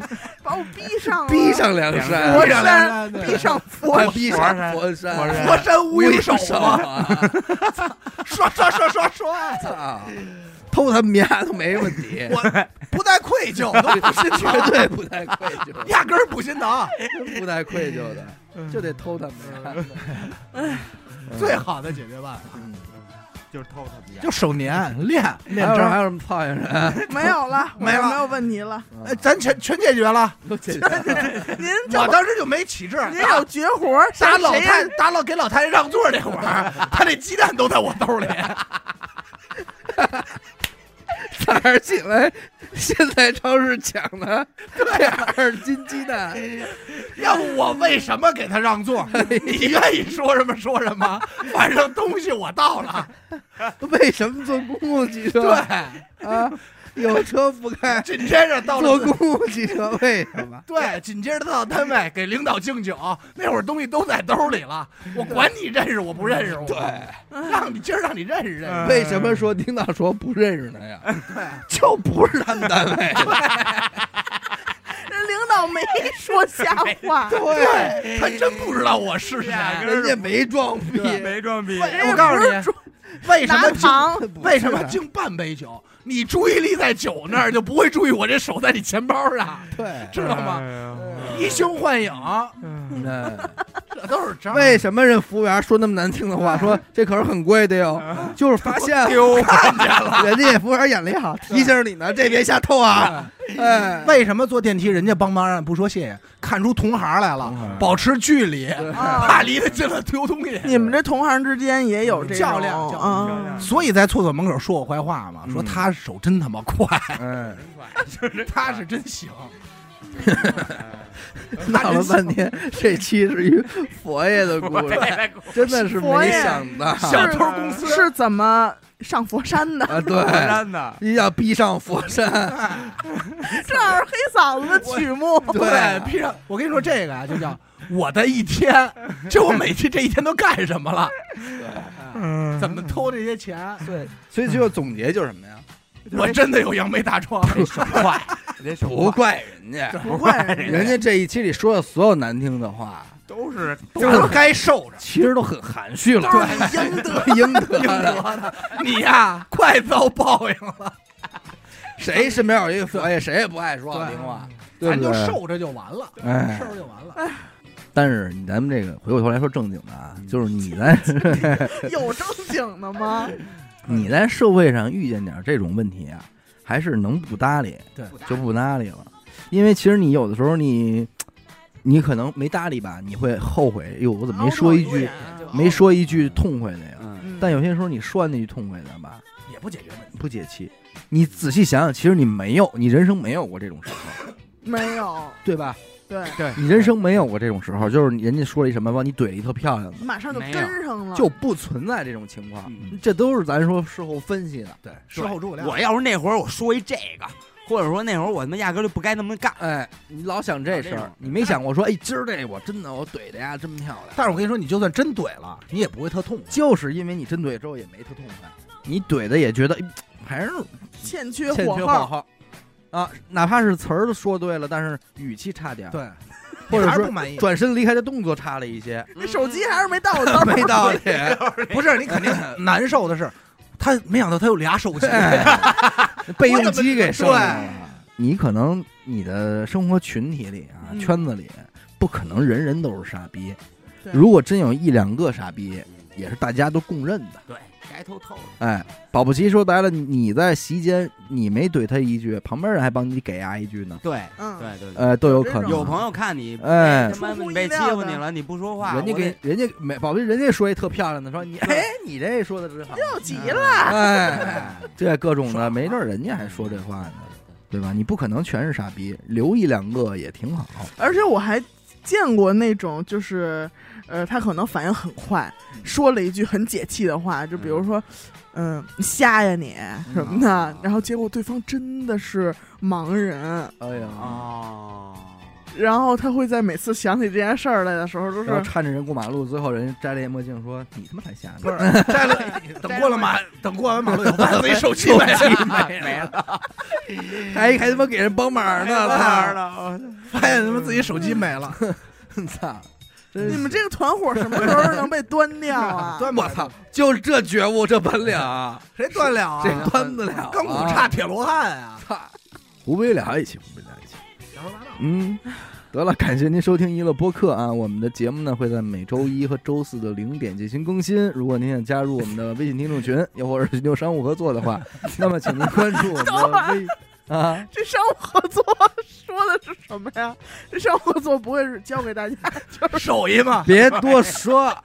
把我逼上了， 逼上哎梁山，啊佛逼上梁山，嗯山对逼 上 佛我逼上佛山，佛山无影手手啊！啊！ 刷刷刷刷刷！操，啊偷他们家都没问 题，我不带愧疚，都不心绝疼，对不带愧 疚，压根儿不心疼。真不带愧疚的，就得偷他们家。最好的解决办法就是偷他们家。就手粘练练还有还招，有什么操心人？啊没有了，没了没有问题了。哎，咱全全解决了。都解决了。嗯您这我当时就没起志，您有绝活儿，打打老谁太打老给老太太让座那会儿，他那鸡蛋都在我兜里。 早上起来，现在超市抢的这二斤鸡蛋，要不我为什么给他让 座？你愿意说什么说什么，反正东西我到了。为什么坐公共汽车？对，啊，有车不开，紧接着 到坐了公共汽车为什么？对，紧接着到单位给领导敬酒，那会儿东西都在兜里了，我管你认识我不认识我，对，嗯让你今儿让你认识认识，为什么说领导说不认识他呀？就不是他们单位的，领导道没 说瞎 话，对，他真不知道我是谁。人家没装逼，没装逼哎为人我家告不诉 是你，说为什拿么敬糖，为什啊么敬半杯酒？你注意力在酒那儿，就不会注意我这手在你钱包上，对，知道吗？吗？移形换影，嗯这 都是渣。为什么人服务员说那么难听的话？说这可是很贵的哟，就是发现了丢看见了。嗯人家也服务员眼力好，提醒你呢，这别瞎偷啊！哎， 为什么坐电梯人家帮忙让不说谢谢，看出同行来同了行，保持距离，啊，怕离得近了丢东西。你们这同行之间也有这种较嗯量较量啊所以在厕所门口说我坏话嘛，说嗯他手真他妈 快，嗯，他是真行。闹了半天，这期是一佛爷的故事，真的是没想到小偷公司是怎么上佛山的？啊！对，真的，一要逼上佛山，正好是黑嫂子的曲目， 对披上我跟你说这个啊，就 叫我的一天，就我每天这一天都干什么了，怎么偷这些钱？嗯对， 所以最后总结就是什么呀？我真的有扬眉大壮，不怪人家，不会，人家这一期里说的所有难听的话，都是都该受着。其实都很含蓄了，对，应得。 对，应得应得的。的，你呀，快遭报应了， 谁身边有一个佛爷，谁也不爱说好听话，对咱不就对？受着就完了，哎受着就完了。但是你咱们这个回过头来说正经的啊，就是你在有正经的吗？你在社会上遇见点这种问题啊，还是能不搭理，对，就不搭理了。因为其实你有的时候你，你可能没搭理吧，你会后悔，哎呦，我怎么没说一句，没说一句痛快的呀？嗯，啊嗯，但有些时候你说完那句痛快的吧，也不解决问题。不解气。你仔细想想，其实你没有，你人生没有过这种时候，没有，对吧？对，你人生没有过这种时候，就是人家说了一什么，帮你怼了一特漂亮的，马上就没有跟上了，就不存在这种情况。嗯这都是咱说事后分析的。对，事后诸葛亮，我要是那会儿我说一这个，或者说那会儿我他妈压根儿就不该那么干，哎，你老想这事搞这儿种，你没想过说，哎，今儿这我真的我怼的呀，真漂亮。但是我跟你说，你就算真怼了，你也不会特痛快。就是因为你真怼之后也没特痛快，你怼的也觉得哎还是欠缺欠火缺火候，候啊，哪怕是词儿都说对了，但是语气差点儿，对，或者啊还是说不满意。转身离开的动作差了一些，哎那手机嗯还是没到我这 儿。没道理。 不是你肯定难受的是，他没想到他有俩手机， 备用机给收了。你可能你的生活群体里啊，嗯圈子里不可能人人都是傻逼，对如果真有一两个傻逼，也是大家都公认的。对，该偷偷哎，保不齐说白了，你在席间你没怼他一句，旁边人还帮你给啊一句呢，对，嗯，对对对，呃，都有可能。有朋友看你，哎他妈你被欺负你了，你不说话，人家我给得人家没保不齐人家说一特漂亮的， 说你哎你这说的真好，又急了，哎，这各种的，没准儿人家还说这话呢，对吧？你不可能全是傻逼，留一两个也挺好。而且我还见过那种就是，呃，他可能反应很快，嗯说了一句很解气的话，就比如说。嗯，你瞎呀你嗯什么啊的，然后结果对方真的是盲人，哎啊呀，哦，然后他会在每次想起这件事儿来的时候，都然后是搀着人过马路，最后人摘了一墨镜说：“你他妈才瞎不呢是摘了，等哎过了马，等过完马 路以后，发现自己手机没了，哎没了，！”还还他妈给人帮忙呢，操！了，发现他妈自己手机没了，操！真你是们这个团伙什么时候能被端掉 啊？断我操，就这觉悟，这本领， 谁断了啊？这端得了啊，钢骨差铁罗汉 啊！胡不了一起，胡不了一起。嗯， 得了，感谢您收听娱乐播客啊！我们的节目呢会在每周一和周四的零点进行更新。如果您想加入我们的微信听众群，又或者是寻求商务合作的话，那么请您关注我们的微 啊，这商务合作说的是什么呀？这商务合作不会是教给大家手艺嘛，别多说，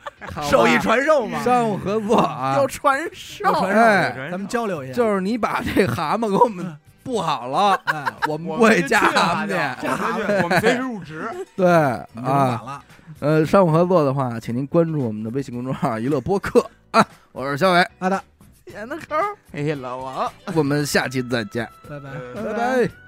手艺传授嘛，商务合作啊有，传授？有传授哎咱们交流一下。就是你把这蛤蟆给我们布好了，哎，我们不会加蛤蟆去。加回去，我们随时入职。对你就晚啊，了，呃，商务合作的话，请您关注我们的微信公众号“娱乐播客”啊，我是小伟，演的抠儿。嘿嘿，老王。我们下期再见，拜拜。拜拜拜拜